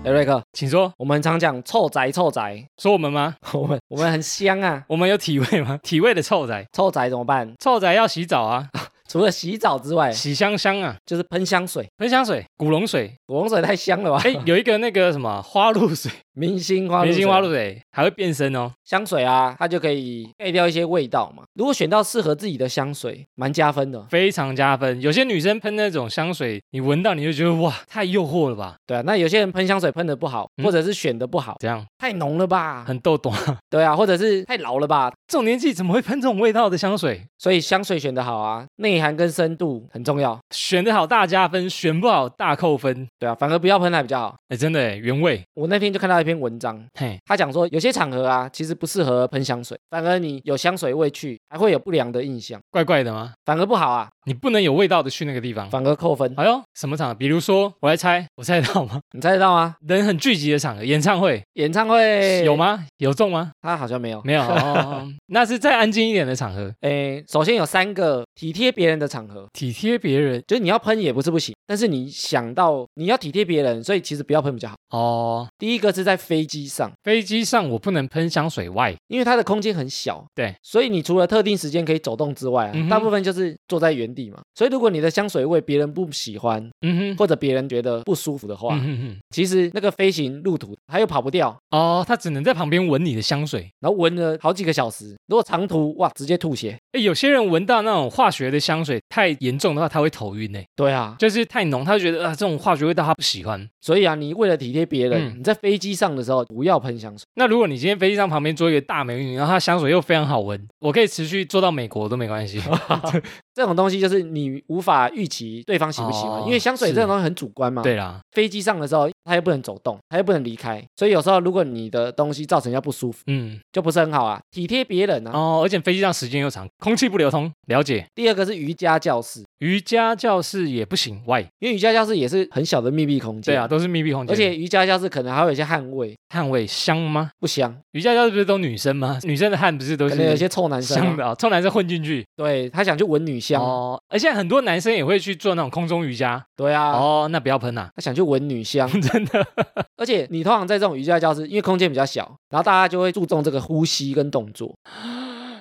Speaker 2: 哎，瑞克，
Speaker 1: 请说，
Speaker 2: 我们常讲臭宅臭宅， (laughs)
Speaker 1: 说我们吗？
Speaker 2: 我们我们很香啊，
Speaker 1: 我们有体味吗？ (laughs) 体味的臭仔，
Speaker 2: 臭宅怎么办？
Speaker 1: 臭仔要洗澡啊，
Speaker 2: 除了洗澡之外，
Speaker 1: 洗香香啊，
Speaker 2: 就是喷香水，
Speaker 1: 喷香水、古龙水，
Speaker 2: (laughs) 古龙水太香了吧？
Speaker 1: 哎，有一个那个什么花露水，
Speaker 2: 明星花露
Speaker 1: 明
Speaker 2: 水啊
Speaker 1: 星花露水还会变身哦。
Speaker 2: 香水啊，它就可以盖掉一些味道嘛。如果选到适合自己的香水，蛮加分的。
Speaker 1: 非常加分，有些女生喷那种香水，你闻到你就觉得哇，太诱惑了吧？
Speaker 2: 对啊，那有些人喷香水喷的不好，
Speaker 1: 嗯
Speaker 2: 或者是选的不好，
Speaker 1: 怎样，
Speaker 2: 太浓了吧？
Speaker 1: (laughs) 很逗懂？
Speaker 2: 对啊，或者是太老了吧？
Speaker 1: 这种年纪怎么会喷这种味道的香水？
Speaker 2: 所以香水选的好啊，内涵跟深度很重要。
Speaker 1: 选得好大加分，选不好大扣分。
Speaker 2: 对啊，反而不要喷还比较好。
Speaker 1: 哎，真的耶原味，
Speaker 2: 我那天就看到一篇文章，
Speaker 1: 嘿，
Speaker 2: 他讲说有些场合啊，其实不适合喷香水，反而你有香水味去，还会有不良的印象，
Speaker 1: 怪怪的吗？
Speaker 2: 反而不好啊，
Speaker 1: 你不能有味道的去那个地方。
Speaker 2: 反而扣分。
Speaker 1: 哎呦，什么场合？比如说，我来猜，我猜得到吗？
Speaker 2: 你猜得到吗？
Speaker 1: 人很聚集的场合，演唱会
Speaker 2: 演唱会
Speaker 1: 有？吗？有中吗？
Speaker 2: 他好像没有。
Speaker 1: 没有，哦那是再安静一点的场合，
Speaker 2: 诶，首先有三个体贴别人的场合，
Speaker 1: 体贴别人
Speaker 2: 就是你要喷也不是不行，但是你想到你要体贴别人，所以其实不要喷比较好。
Speaker 1: 哦。
Speaker 2: 第一个是在飞机上，
Speaker 1: 飞机上我不能喷香水外，
Speaker 2: 因为它的空间很小，
Speaker 1: 对，
Speaker 2: 所以你除了特定时间可以走动之外啊，
Speaker 1: 嗯哼
Speaker 2: 大部分就是坐在原地嘛。所以如果你的香水味别人不喜欢，
Speaker 1: 嗯哼，
Speaker 2: 或者别人觉得不舒服的话，
Speaker 1: 嗯哼哼，
Speaker 2: 其实那个飞行路途它又跑不掉，
Speaker 1: 哦，他只能在旁边闻你的香水。
Speaker 2: 然后闻了好几个小时。如果长途哇，直接吐血。
Speaker 1: 哎，有些人闻到那种化学的香水太严重的话，他会头晕呢，欸
Speaker 2: 对啊，
Speaker 1: 就是太浓，他就觉得啊、这种化学味道他不喜欢。
Speaker 2: 所以啊，你为了体贴别人，
Speaker 1: 嗯
Speaker 2: 你在飞机上的时候不要喷香水。
Speaker 1: 那如果你今天飞机上旁边坐一个大美女，然后她香水又非常好闻，我可以持续坐到美国都没关
Speaker 2: (laughs)
Speaker 1: 系。
Speaker 2: 这种东西就是你无法预期对方喜不喜欢，
Speaker 1: 哦
Speaker 2: 因为香水
Speaker 1: 是
Speaker 2: 这种东西很主观嘛。，
Speaker 1: 对啦，
Speaker 2: 飞机上的时候他又不能走动，他又不能离开，所以有时候如果你的东西造成要不舒服，
Speaker 1: 嗯，
Speaker 2: 就不是很好啊。体贴别人啊。
Speaker 1: 哦，而且飞机上时间又长，空气不流通，了解。
Speaker 2: 第二个是瑜伽教室，
Speaker 1: 瑜伽教室也不行，喂，
Speaker 2: 因为瑜伽教室也是很小的密闭空间。
Speaker 1: 对啊，，都是密闭空间，
Speaker 2: 而且瑜伽教室可能还会有一些汗味，
Speaker 1: 汗味香吗？
Speaker 2: 不香，
Speaker 1: 瑜伽教室不是都女生吗？ (laughs) 女生的汗不是都
Speaker 2: 可能有一
Speaker 1: 是
Speaker 2: 些臭男生啊、
Speaker 1: 香的啊，臭男生混进去
Speaker 2: 对他想去闻女香，
Speaker 1: 哦。而且很多男生也会去做那种空中瑜伽
Speaker 2: 对啊，
Speaker 1: 哦，那不要喷呐，
Speaker 2: 他想去闻女香，
Speaker 1: (laughs) 真的。
Speaker 2: 而且你通常在这种瑜伽教室，因为空间比较小，然后大家就会注重这个呼吸跟动作，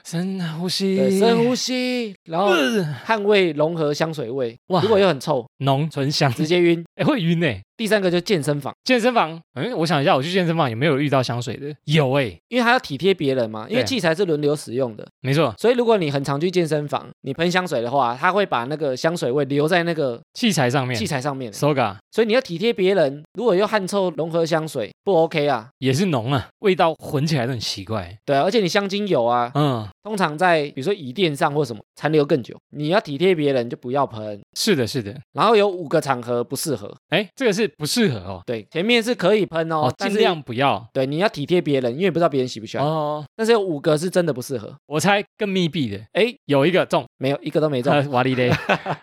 Speaker 1: 深呼
Speaker 2: 对，
Speaker 1: 吸，
Speaker 2: 深呼吸，然后
Speaker 1: 呃
Speaker 2: 汗味融合香水味，
Speaker 1: 哇
Speaker 2: 如果又很臭，
Speaker 1: 浓醇香，
Speaker 2: 直接晕。
Speaker 1: 哎，会晕哎。
Speaker 2: 第三个就是健身房，
Speaker 1: 健身房，嗯，我想一下，我去健身房有没有遇到香水的？有哎，
Speaker 2: 因为它要体贴别人嘛，因为
Speaker 1: 对
Speaker 2: 器材是轮流使用的，
Speaker 1: 没错，
Speaker 2: 所以如果你很常去健身房，你喷香水的话，它会把那个香水味留在那个
Speaker 1: 器材上面
Speaker 2: 器材上面，
Speaker 1: ，Soga
Speaker 2: 所以你要体贴别人。如果又汗臭融合香水，不 OK 啊。
Speaker 1: 也是浓啊，味道混起来都很奇怪。
Speaker 2: 对啊，而且你香精油啊，
Speaker 1: 嗯，
Speaker 2: 通常在比如说椅垫上或什么残留更久，你要体贴别人就不要喷。
Speaker 1: 是的，是的。
Speaker 2: 然后有五个场合不适合，
Speaker 1: 哎，这个是不适合哦，
Speaker 2: 对，前面是可以喷哦，
Speaker 1: 哦，
Speaker 2: 但
Speaker 1: 尽
Speaker 2: 是
Speaker 1: 量不要
Speaker 2: 对你要体贴别人，因为不知道别人喜不喜欢。
Speaker 1: 哦。
Speaker 2: 但是有五个是真的不适合，
Speaker 1: 我猜更密闭的
Speaker 2: 哎，
Speaker 1: 有一个中，哎
Speaker 2: 没有一个都没中。
Speaker 1: 呃，瓦力嘞。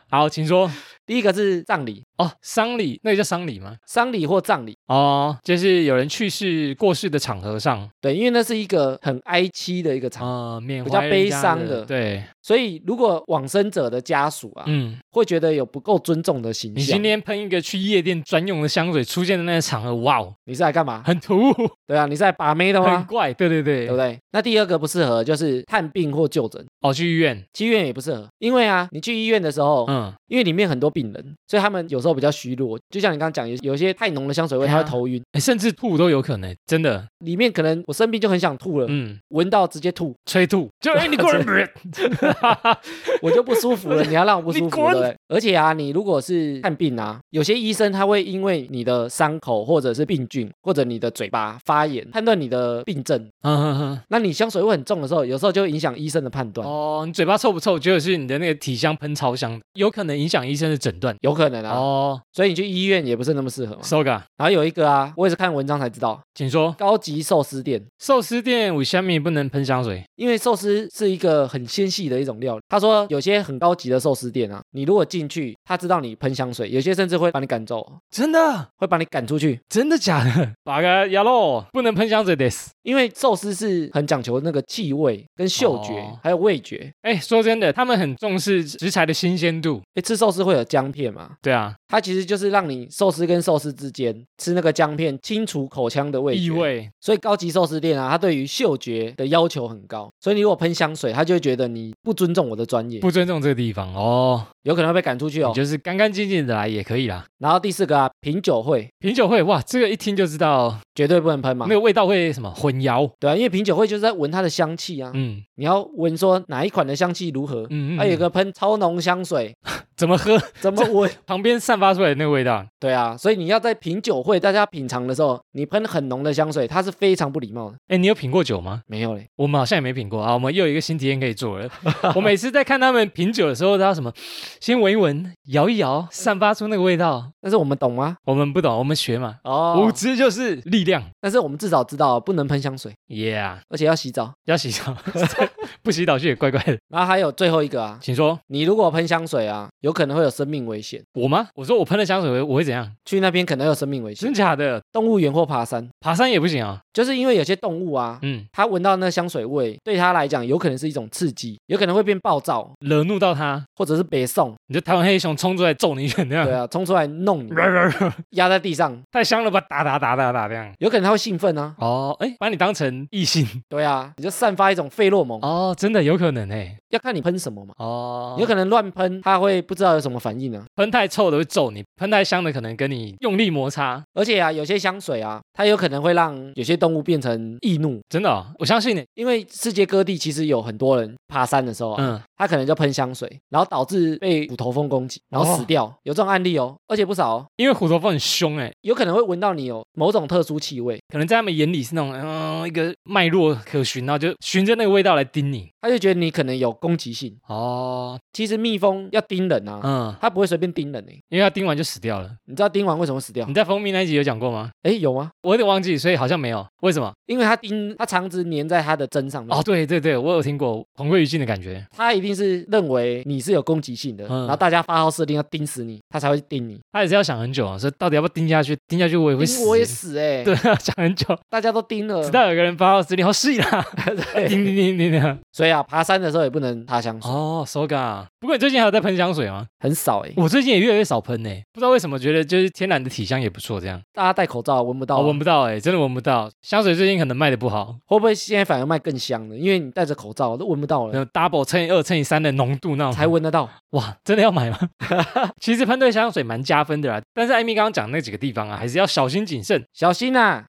Speaker 1: 好，请说。
Speaker 2: (laughs) 第一个是葬礼，
Speaker 1: 哦，丧礼那个叫丧礼吗？
Speaker 2: 丧礼或葬礼。
Speaker 1: 哦，就是有人去世过世的场合上，
Speaker 2: 对，因为那是一个很哀戚的一个场合，
Speaker 1: 啊、缅
Speaker 2: 比较
Speaker 1: 怀人
Speaker 2: 悲
Speaker 1: 家
Speaker 2: 伤
Speaker 1: 的，
Speaker 2: 的
Speaker 1: 对，
Speaker 2: 所以如果往生者的家属啊，
Speaker 1: 嗯，
Speaker 2: 会觉得有不够尊重的形
Speaker 1: 你
Speaker 2: 象。
Speaker 1: 今
Speaker 2: 你
Speaker 1: 天喷一个去夜店专用的香水出现的那个场合，哇哦，
Speaker 2: 是来干嘛？
Speaker 1: 很突兀，
Speaker 2: 对啊，你是来把妹的
Speaker 1: 很
Speaker 2: 吗？
Speaker 1: 怪，对对对，
Speaker 2: 对不对？那第二个不适合就是探病或就诊，
Speaker 1: 哦，去医院，
Speaker 2: 去医院也不适合，因为啊，你去医院的时候，
Speaker 1: 嗯，
Speaker 2: 因为里面很多病人，所以他们有时候比较虚弱。就像你刚刚讲，有有些太浓的香水味，
Speaker 1: 对
Speaker 2: 他
Speaker 1: 啊
Speaker 2: 会头晕。
Speaker 1: 诶甚至吐都有可能，真的，
Speaker 2: 里面可能我生病就很想吐了，
Speaker 1: 嗯，
Speaker 2: 闻到直接
Speaker 1: (laughs)
Speaker 2: 吐，
Speaker 1: 催吐，就哎、你过
Speaker 2: (laughs)
Speaker 1: 来，嗯
Speaker 2: 我就不舒
Speaker 1: (laughs)
Speaker 2: 服了。你要让我不舒
Speaker 1: 你
Speaker 2: 服，
Speaker 1: 滚
Speaker 2: 对不对？而且啊，你如果是看病啊，有些医生他会因为你的伤口或者是病菌或者你的嘴巴发炎，判断你的病症。
Speaker 1: 嗯哼哼，
Speaker 2: 那你香水味很重的时候，有时候就会影响医生的判断，
Speaker 1: 哦，你嘴巴臭不臭，就是你的那个体香喷超香，有可能影响医生的诊断。
Speaker 2: 有可能啊。嗯
Speaker 1: 哦
Speaker 2: 所以你去医院也不是那么适合嘛。
Speaker 1: ，Soga，
Speaker 2: 然后有一个啊，我也是看文章才知道，
Speaker 1: 请说，
Speaker 2: 高级寿司店。
Speaker 1: 寿司店五香米不能喷香水，
Speaker 2: 因为寿司是一个很纤细的一种料理。他说有些很高级的寿司店啊，你如果进去，他知道你喷香水，有些甚至会把你赶走，
Speaker 1: 真的，
Speaker 2: 会把你赶出去。
Speaker 1: 真的假的？八个亚喽，不能喷香水的。
Speaker 2: 因为寿司是很讲求那个气味、跟嗅觉、
Speaker 1: 哦
Speaker 2: 还有味觉。
Speaker 1: 哎，说真的，他们很重视食材的新鲜度。
Speaker 2: 诶吃寿司会有姜片嘛？
Speaker 1: 对啊，
Speaker 2: 它其实就是让你寿司跟寿司之间吃那个姜片，清除口腔的味觉。
Speaker 1: 异味
Speaker 2: 所以高级寿司店啊，它对于嗅觉的要求很高。所以你如果喷香水，他就会觉得你不尊重我的专业，
Speaker 1: 不尊重这个地方哦，
Speaker 2: 有可能会被赶出去哦
Speaker 1: 你。就是干干净净的来也可以啦。
Speaker 2: 然后第四个啊，品酒会
Speaker 1: 品酒会哇，这个一听就知道
Speaker 2: 绝对不能喷嘛
Speaker 1: 那。个味道会什么混淆。
Speaker 2: 对啊，因为品酒会就是在闻它的香气啊，
Speaker 1: 嗯
Speaker 2: 你要闻说哪一款的香气如何。啊
Speaker 1: 嗯，嗯
Speaker 2: 还有一
Speaker 1: 嗯
Speaker 2: 个喷超浓香水，
Speaker 1: 怎么喝 (laughs)
Speaker 2: 怎么闻？
Speaker 1: 旁边散发出来的那个味道，
Speaker 2: 对啊，所以你要在品酒会大家品尝的时候，你喷很浓的香水，它是非常不礼貌的。
Speaker 1: 哎，你有品过酒吗？
Speaker 2: 没有嘞，
Speaker 1: 我们好像也没品过啊，我们又有一个新体验可以做
Speaker 2: (laughs)
Speaker 1: 了。我每次在看他们品酒的时候，都要什么，先闻一闻，摇一摇，散发出那个味道。
Speaker 2: 但是我们懂啊吗？
Speaker 1: 我们不懂，我们学嘛，
Speaker 2: 哦
Speaker 1: 无，知就是力量。
Speaker 2: 但是我们至少知道不能喷香水，
Speaker 1: Yeah，
Speaker 2: 而且要洗澡。
Speaker 1: 要洗
Speaker 2: (laughs)
Speaker 1: 澡，不洗澡去也怪怪的。
Speaker 2: 然后还有最后一个啊，
Speaker 1: 请说，
Speaker 2: 你如果喷香水啊，有可能会有生命危险，
Speaker 1: 我吗？我说我喷了香水，我会我会怎样？
Speaker 2: 去那边可能有生命危险
Speaker 1: 真。假的？
Speaker 2: 动物园或爬山，
Speaker 1: 爬山也不行啊。
Speaker 2: 就是因为有些动物啊，
Speaker 1: 嗯，
Speaker 2: 它闻到那香水味，对它来讲有可能是一种刺激，有可能会变暴躁，
Speaker 1: 惹怒到他，
Speaker 2: 或者是北宋，
Speaker 1: 你就台湾黑熊冲出来揍你一拳那
Speaker 2: 对
Speaker 1: 样。
Speaker 2: 啊，冲出来弄你，压在地上，
Speaker 1: (laughs) 太香了吧，打打打打打这样。
Speaker 2: 有可能他会兴奋啊，
Speaker 1: 哦，哎，把你当成异性
Speaker 2: 对啊，你就散发一种费洛蒙，
Speaker 1: 哦，真的有可能哎。
Speaker 2: 要看你喷什么嘛，
Speaker 1: 哦，
Speaker 2: 你有可能乱喷，他会不知道有什么反应啊。
Speaker 1: 喷太臭的会揍你，喷太香的可能跟你用力摩擦，
Speaker 2: 而且啊，有些香水啊，它有可能会让有些动物变成易怒，
Speaker 1: 真的哦、我相信你。
Speaker 2: 因为世界各地其实有很多人爬山的时候啊，
Speaker 1: 嗯，
Speaker 2: 他可能就喷香水，然后导致被虎头蜂攻击，然后死掉，有这种案例哦，而且不少哦，
Speaker 1: 因为虎头蜂很凶哎，
Speaker 2: 有可能会闻到你有某种特殊气味，
Speaker 1: 可能在他们眼里是那种嗯、一个脉络可循，然后就循着那个味道来叮你。
Speaker 2: 他就觉得你可能有攻击性。
Speaker 1: 哦，
Speaker 2: 其实蜜蜂要叮人啊，
Speaker 1: 嗯，
Speaker 2: 它不会随便叮人诶、欸
Speaker 1: 因为它叮完就死掉了。
Speaker 2: 你知道叮完为什么死掉
Speaker 1: 你？在蜂蜜那一集有讲过吗？
Speaker 2: 哎，有吗？
Speaker 1: 我有点忘记，所以好像没有。为什么？
Speaker 2: 因为它钉，它肠子粘在它的针上面，
Speaker 1: 哦，对对对，我有听过同归于尽的感觉。
Speaker 2: 它一定是认为你是有攻击性的，
Speaker 1: 嗯
Speaker 2: 然后大家发号施令要盯死你，它才会盯你。
Speaker 1: 他也是要想很久啊，说到底要不要盯下去？盯下去我也会死。(laughs)
Speaker 2: 盯我也死哎、
Speaker 1: 对，要想很久，
Speaker 2: 大家都盯了
Speaker 1: 直，到有个人发号施令，好是啦， (laughs)
Speaker 2: 对。
Speaker 1: 叮叮叮叮叮。
Speaker 2: 所以啊，爬山的时候也不能擦香水，
Speaker 1: 哦，Soga，不过你最近还有在喷香水吗？
Speaker 2: 很少哎、
Speaker 1: 我最近也越来越少喷呢、不知道为什么觉得就是天然的体香也不错，这样
Speaker 2: 大家戴口罩闻不到
Speaker 1: 哦
Speaker 2: 啊、
Speaker 1: 闻不到哎、真的闻不到。香水最近可能卖的不好，
Speaker 2: 会不会现在反而卖更香了？因为你戴着口罩都闻不到了，
Speaker 1: 那种 double 乘以二乘以三的浓度那种，
Speaker 2: 才闻得到。
Speaker 1: 哇，真的要买吗？
Speaker 2: (laughs)
Speaker 1: 其实喷对香水蛮加分的啦，但是艾米刚刚讲那几个地方啊，还是要小心谨慎。
Speaker 2: 小心啊！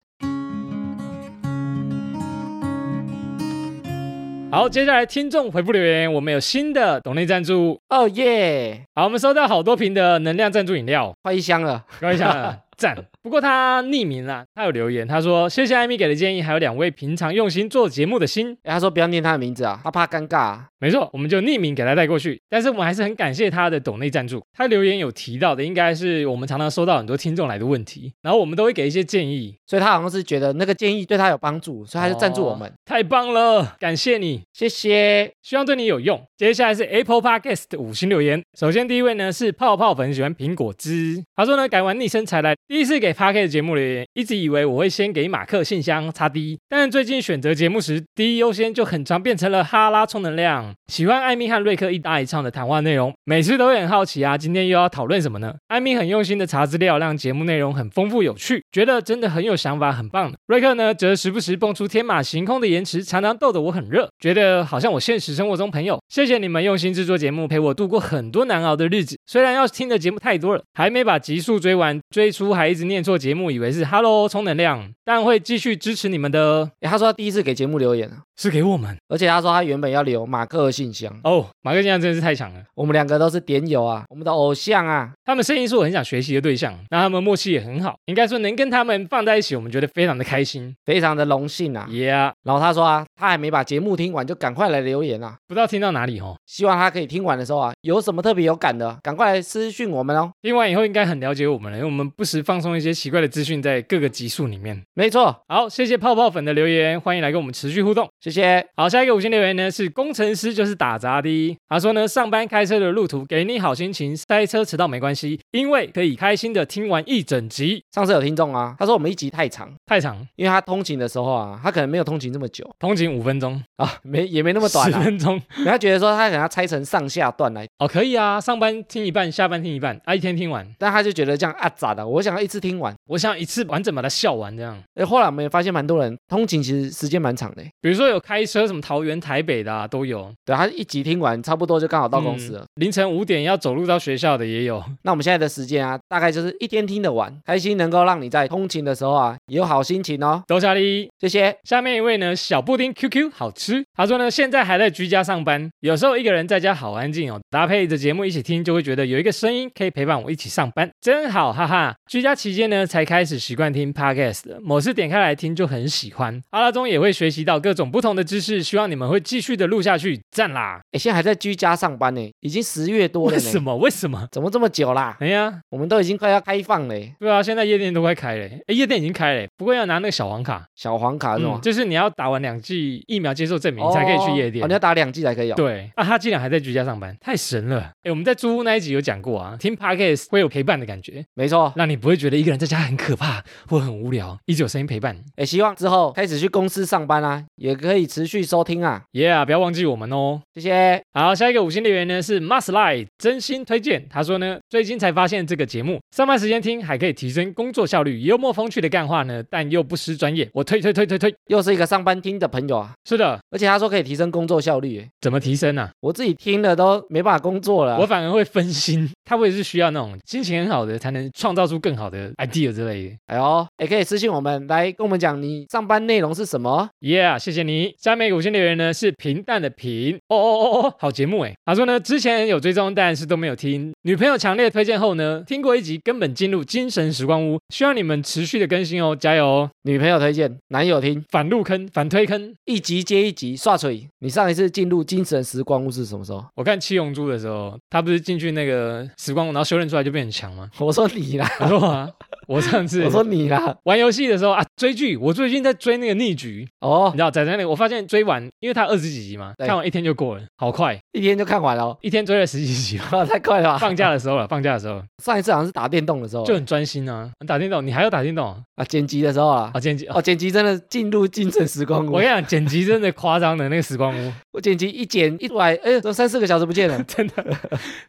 Speaker 1: 好，接下来听众回复留言，我们有新的懂内赞助。
Speaker 2: 哦耶，
Speaker 1: 好，我们收到好多瓶的能量赞助饮料，
Speaker 2: 快一箱了，
Speaker 1: 开玩笑的，赞。不过他匿名啦，他有留言，他说谢谢艾米给的建议，还有两位平常用心做节目的心。
Speaker 2: 哎，他说不要念他的名字啊，他怕尴尬、啊。
Speaker 1: 没错，我们就匿名给他带过去，但是我们还是很感谢他的抖内赞助。他留言有提到的，应该是我们常常收到很多听众来的问题，然后我们都会给一些建议。
Speaker 2: 所以他好像是觉得那个建议对他有帮助，所以他就赞助我们，
Speaker 1: 哦太棒了，感谢你。
Speaker 2: 谢谢。
Speaker 1: 希望对你有用。接下来是 Apple Podcast 的五星留言。首先第一位呢是泡泡粉喜欢苹果汁，他说呢改完昵称才来，第一次给 Podcast 节目留言，一直以为我会先给马克信箱插 D，但是最近选择节目时，第一优先就很常变成了哈拉充能量。喜欢艾米和瑞克一搭一唱的谈话内容，每次都会很好奇啊，今天又要讨论什么呢？艾米很用心的查资料，让节目内容很丰富有趣，觉得真的很有想法，很棒。瑞克呢则时不时蹦出天马行空的言辞，常常逗得我很热，觉得好像我现实生活中朋友。谢谢你们用心制作节目，陪我度过很多难熬的日子。虽然要听的节目太多了，还没把集数追完，追出还一直念错节目，以为是 Hello 充能量，但会继续支持你们的。
Speaker 2: 哎，他说他第一次给节目留言啊，
Speaker 1: 是给我们
Speaker 2: 而且他说他原本要留马克的信箱，
Speaker 1: 哦，马克先生真的是太强了。
Speaker 2: 我们两个都是点友啊，我们的偶像啊。
Speaker 1: 他们声音是我很想学习的对象，那他们默契也很好，应该说能跟他们放在一起，我们觉得非常的开心。
Speaker 2: 非常的荣幸啊。
Speaker 1: Yeah，
Speaker 2: 然后他说啊，他还没把节目听完，就赶快来留言啊！
Speaker 1: 不知道听到哪里哦。
Speaker 2: 希望他可以听完的时候啊，有什么特别有感的，赶快来私讯我们哦。
Speaker 1: 听完以后应该很了解我们了，因为我们不时放送一些奇怪的资讯在各个集数里面。
Speaker 2: 没错，
Speaker 1: 好，谢谢泡泡粉的留言，欢迎来跟我们持续互动。
Speaker 2: 谢谢。
Speaker 1: 好，下一个五星留言呢是工程师就是打杂的，他说呢上班开车的路途给你好心情，塞车迟到没关系，因为可以开心的听完一整集，
Speaker 2: 上次有听众啊，他说我们一集太长，
Speaker 1: 太长，
Speaker 2: 因为他通勤的时候啊，他可能没有通勤这么久
Speaker 1: 通勤五分钟，
Speaker 2: 啊，没也没那么短
Speaker 1: 十
Speaker 2: 啊，
Speaker 1: 分钟，
Speaker 2: 然后他觉得说他想要拆成上下段来，
Speaker 1: 哦可以啊，上班听一半，下班听一半，啊一天听完，
Speaker 2: 但他就觉得这样啊咋的，我想要一次听完。
Speaker 1: 我想一次完整把它笑完这样。
Speaker 2: 哎，后来我们也发现蛮多人通勤其实时间蛮长的，
Speaker 1: 比如说有开车什么桃园、台北的、啊、都有，
Speaker 2: 对，他一集听完差不多就刚好到公司了。
Speaker 1: 凌晨五点要走路到学校的也有。 (laughs)
Speaker 2: 那我们现在的时间啊，大概就是一天听得完，开心能够让你在通勤的时候啊也有好心情哦。
Speaker 1: 都下哩，
Speaker 2: 谢谢。
Speaker 1: 下面一位呢，小布丁 QQ 好吃。他说呢，现在还在居家上班，有时候一个人在家好安静哦，搭配着节目一起听，就会觉得有一个声音可以陪伴我一起上班，真好，哈哈。居家期间呢，才开始习惯听 podcast，的某次点开来听就很喜欢。阿拉中也会学习到各种不同的知识，希望你们会继续的录下去，赞啦！
Speaker 2: 哎，现在还在居家上班呢，已经十月多了
Speaker 1: 为
Speaker 2: 呢。
Speaker 1: 什么？为什么？
Speaker 2: 怎么这么久
Speaker 1: (laughs)
Speaker 2: 啦？
Speaker 1: 哎呀，
Speaker 2: 我们都已经快要开放嘞，
Speaker 1: 对啊，现在夜店都快开了，哎，夜店已经开了，不过要拿那个小黄卡，
Speaker 2: 小黄卡啊
Speaker 1: 嗯
Speaker 2: 是吗？
Speaker 1: 就是你要打完两剂疫苗接受证明，你才可以去夜店。
Speaker 2: 哦，你要打两季才可以哦。，
Speaker 1: 对啊，他竟然还在居家上班，太神了！哎，我们在租屋那一集有讲过啊，听 podcast 会有陪伴的感觉，
Speaker 2: 没错。
Speaker 1: 让你不会觉得一个人在家很可怕或很无聊，一直有声音陪伴。
Speaker 2: 哎，希望之后开始去公司上班啊，也可以持续收听啊，
Speaker 1: Yeah，不要忘记我们哦。
Speaker 2: 谢谢。
Speaker 1: 好，下一个五星留言呢是 Must Lie，真心推荐。他说呢，最近才发现这个节目，上班时间听还可以提升工作效率，幽默风趣的干话呢，但又不失专业。我推推推推推。
Speaker 2: 又是一个上班听的朋友啊，
Speaker 1: 是的，
Speaker 2: 而且他说可以提升工作效率耶，
Speaker 1: 怎么提升啊？
Speaker 2: 我自己听了都没办法工作了啊。
Speaker 1: 我反而会分心，他会是需要那种心情很好的，才能创造出更好的 idea 之类的。
Speaker 2: 哎呦，也可以私信我们来跟我们讲你上班内容是什么。
Speaker 1: Yeah，谢谢你。下面一个五星留言呢是平淡的平，哦哦哦哦，好节目哎。他说呢，之前有追踪，但是都没有听。女朋友强烈推荐后呢，听过一集，根本进入精神时光屋。希望你们持续的更新哦，加油哦！
Speaker 2: 女朋友推荐，男友听，
Speaker 1: 反入坑，反推坑。
Speaker 2: 一集接一集刷嘴。你上一次进入精神时光屋是什么时候？ (laughs)
Speaker 1: 我看七龙珠的时候，他不是进去那个时光屋，然后修炼出来就变很强吗？ (laughs)
Speaker 2: 我说你啦，
Speaker 1: 我说啊，我上次
Speaker 2: 我说你啦，
Speaker 1: 玩游戏的时候啊，追剧，我最近在追那个逆局，
Speaker 2: 哦
Speaker 1: 你，知道，仔仔那个，我发现追完，因为它二十几集嘛，
Speaker 2: 对
Speaker 1: 看完一天就过了，好快，
Speaker 2: 一天就看完了哦，。
Speaker 1: 一天追了十几集吧
Speaker 2: (laughs) 太快了吧！
Speaker 1: 放假的时候了，放假的时候
Speaker 2: 上一次好像是打电动的时候，
Speaker 1: 就
Speaker 2: 就
Speaker 1: 很专心啊。打电动，你还要打电动啊？
Speaker 2: 啊剪辑的时候啊
Speaker 1: 啊，，剪辑，啊
Speaker 2: 哦剪辑真的进入精神时光
Speaker 1: 我
Speaker 2: 屋
Speaker 1: 跟你，讲，剪辑真的夸张的，那个时光屋
Speaker 2: 我剪辑一剪一出来，哎，怎么三四个小时不
Speaker 1: (laughs)
Speaker 2: 见了？
Speaker 1: 真的，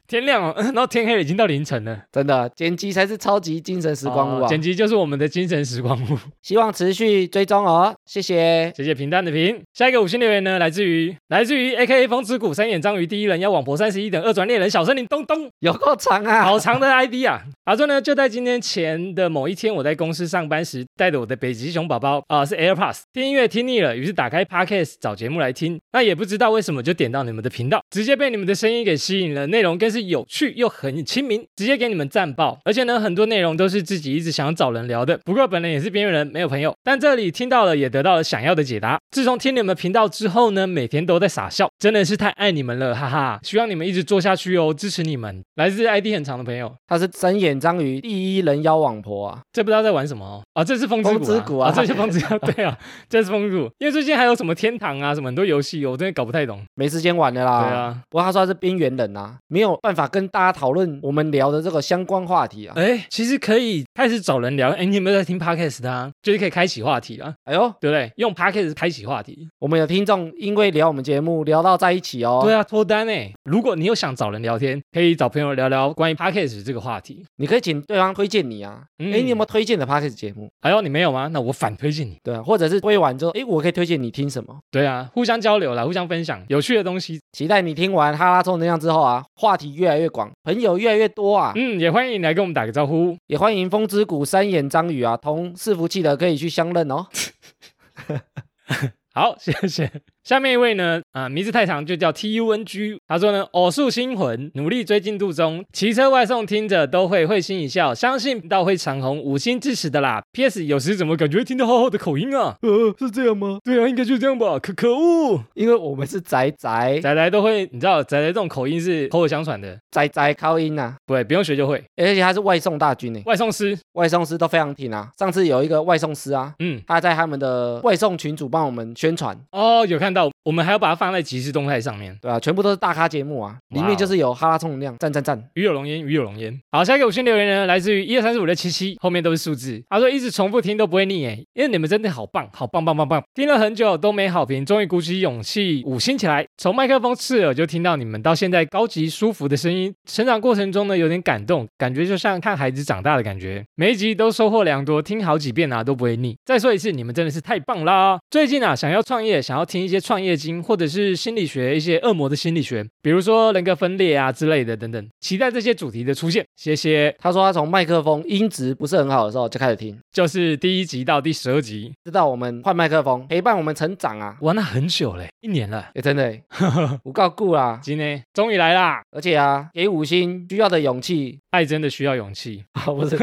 Speaker 1: 天亮了，嗯然后天黑了，已经到凌晨了。
Speaker 2: 真的，啊剪辑才是超级精神时光屋
Speaker 1: 哦
Speaker 2: 啊
Speaker 1: 剪！辑就是我们的精神时光屋。
Speaker 2: 希望持续追踪哦，谢谢。
Speaker 1: 谢谢平淡的平。下一个五星留言呢，来自于来自于 A K A 风之谷三眼章鱼第一人妖网婆三十一等二转猎人小森林东东。
Speaker 2: 有够 (laughs) 长啊！
Speaker 1: 好长的 ID 啊！他说呢，就在今天前的某一天，我在公司上班时，带的我的北极熊宝宝啊、是 AirPods，听音乐听腻了，于是打开 Podcast 找节目来听。那也不知道为什么就点到你们的频道，直接被你们的声音给吸引了，内容更是有趣又很亲民，直接给你们赞爆。而且呢，很多内容都是自己一直想找人聊的。不过本人也是边缘人，没有朋友，但这里听到了也得到了想要的解答。自从听你们频道之后呢，每天都在傻笑，真的是太爱你们了，哈哈！希望你们一直做下去哦，支持你们。来自 ID 很长的朋友，
Speaker 2: 他是睁眼章鱼第一人妖网婆啊，
Speaker 1: 这不知道在玩什么哦。啊，这是风之谷、啊，
Speaker 2: 风之谷啊
Speaker 1: 这是风之谷， (laughs) 对啊，这是风之谷。因为最近还有什么天堂啊，什么很多游戏，我真的搞不太懂。
Speaker 2: 没时间玩的啦。
Speaker 1: 对。啊，
Speaker 2: 不过他说他是边缘人啊，没有办法跟大家讨论我们聊的这个相关话题啊。
Speaker 1: 哎，其实可以开始找人聊。哎，你有没有在听 podcast 的啊？就是可以开启话题啊，
Speaker 2: 哎呦，
Speaker 1: 对不对？用 podcast 开启话题。
Speaker 2: 我们有听众因为聊我们节目聊到在一起哦。
Speaker 1: 对啊，脱单哎。如果你有想找人聊天，可以找朋友聊聊关于 podcast 这个话题。
Speaker 2: 你可以请对方推荐你啊。
Speaker 1: 嗯
Speaker 2: 哎、你有没有推荐的 podcast 节目？
Speaker 1: 哎呦，你没有吗？那我反推荐你。
Speaker 2: 对啊，或者是推完之后，哎，我可以推荐你听什么？
Speaker 1: 对啊，互相交流啦，互相分享有趣的东西。
Speaker 2: 期待你听完哈拉充能量之后啊，话题越来越广，朋友越来越多啊。
Speaker 1: 嗯，也欢迎你来跟我们打个招呼。
Speaker 2: 也欢迎风之谷三眼章鱼啊，同伺服器的可以去相认哦。
Speaker 1: 好， (laughs) 谢谢。下面一位呢，啊、名字太长就叫 T U N G。他说呢，偶数星魂努力追进度中，骑车外送听着都会会心一笑，相信频道会长红，五星支持的啦。P.S. 有时怎么感觉听到浩浩的口音啊？
Speaker 2: 呃， (laughs) 是这样吗？
Speaker 1: 对啊，应该就这样吧。可可恶，
Speaker 2: 因为我们是宅宅
Speaker 1: 仔仔都会，你知道仔仔这种口音是口口相传的，
Speaker 2: 宅宅靠音啊，
Speaker 1: 不会不用学就会。
Speaker 2: 而且他是外送大军欸呢，
Speaker 1: 外送师，
Speaker 2: 外送师都非常挺啊。上次有一个外送师啊，
Speaker 1: 嗯，
Speaker 2: 他在他们的外送群组帮我们宣传。
Speaker 1: 哦，有看到，我们还要把它放在即时动态上面。
Speaker 2: 对啊，全部都是大咖节目啊，里
Speaker 1: 哇哦
Speaker 2: 面就是有哈拉充能量，赞赞赞！
Speaker 1: 鱼有龙烟，鱼有龙烟。好，下一个五星留言呢，来自于一二三四五六七七，后面都是数字。他说一直重复听都不会腻诶，因为你们真的好棒，好棒棒棒棒！听了很久都没好评，终于鼓起勇气五星起来。从麦克风刺耳就听到你们到现在高级舒服的声音，成长过程中呢有点感动，感觉就像看孩子长大的感觉。每一集都收获良多，听好几遍啊都不会腻。再说一次，你们真的是太棒啦！最近啊想要创业，想要听一些创业经或者是心理学一些恶魔的心理学，比如说人格分裂啊之类的等等，期待这些主题的出现。谢谢。
Speaker 2: 他说他从麦克风音质不是很好的时候就开始听，
Speaker 1: 就是第一集到第十二集，
Speaker 2: 直到我们换麦克风，陪伴我们成长啊。
Speaker 1: 玩了很久嘞，一年了。
Speaker 2: 也真 (laughs) 的，我告顾啦，
Speaker 1: 今天终于来啦！
Speaker 2: 而且啊，给五星需要的勇气 (laughs)
Speaker 1: 爱真的需要勇气
Speaker 2: 啊，不是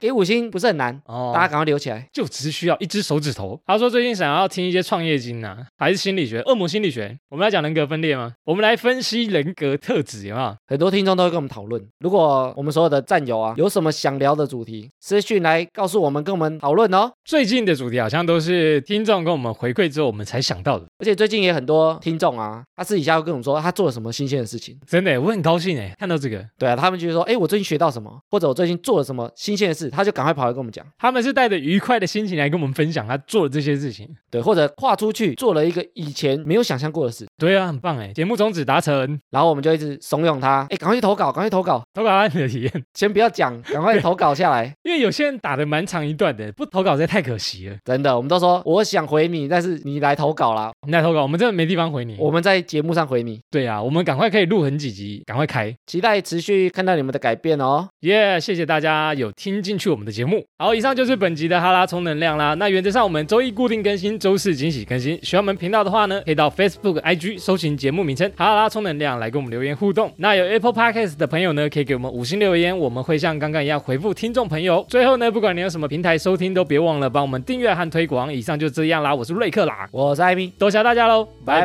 Speaker 2: 给五星不是很难，
Speaker 1: 哦
Speaker 2: 大家赶快留起来。
Speaker 1: 就只需要一只手指头。他说最近想要听一些创业经啊，还是心理学、恶魔心理学。我们来讲人格分裂吗？我们来分析人格特质，有没有？
Speaker 2: 很多听众都会跟我们讨论，如果我们所有的战友啊有什么想聊的主题，私讯来告诉我们，跟我们讨论哦。
Speaker 1: 最近的主题好像都是听众跟我们回馈之后，我们才想到的。
Speaker 2: 而且最近也很多听众啊，他私底下会跟我们说他做了什么新鲜的事情，
Speaker 1: 真的耶，我很高兴哎，看到这个，
Speaker 2: 对啊，他们就会说，哎，我最近学到什么，或者我最近做了什么新鲜的事，他就赶快跑来跟我们讲，
Speaker 1: 他们是带着愉快的心情来跟我们分享他做的这些事情。
Speaker 2: 对，或者跨出去做了一个以前没有想象过的事，
Speaker 1: 对啊，很棒哎，节目宗旨达成，
Speaker 2: 然后我们就一直怂恿他，哎，赶快去投稿，赶快去投稿，
Speaker 1: 投稿案的体验。
Speaker 2: 先不要讲，赶快投稿下来。
Speaker 1: 因为有些人打的蛮长一段的，不投稿实在太可惜了。
Speaker 2: 真的，我们都说我想回你，但是你来投稿啦，
Speaker 1: 你来投稿，我们真的没地方回你。
Speaker 2: 我们在节目上回你，
Speaker 1: 对啊，我们赶快可以录很几集，赶快开。
Speaker 2: 期待持续看到你们的改变哦。
Speaker 1: 耶谢谢大家有听进去我们的节目。好，以上就是本集的哈拉充能量啦。那原则上我们周一固定更新，周四惊喜更新。喜欢我们频道的话呢，可以到 Facebook、IG 搜寻节目名称“哈拉充能量”来跟我们留言互动。那有 Apple Podcast 的朋友呢，可以给我们五星留言，我们会像刚刚一样回复听众朋友。最后呢，不管你用什么平台收听，都别忘了帮我们订阅和推广。以上就这样啦，我是瑞克啦，
Speaker 2: 我是艾米，
Speaker 1: 多谢大家喽，拜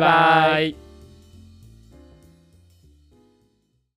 Speaker 1: 拜
Speaker 2: 拜拜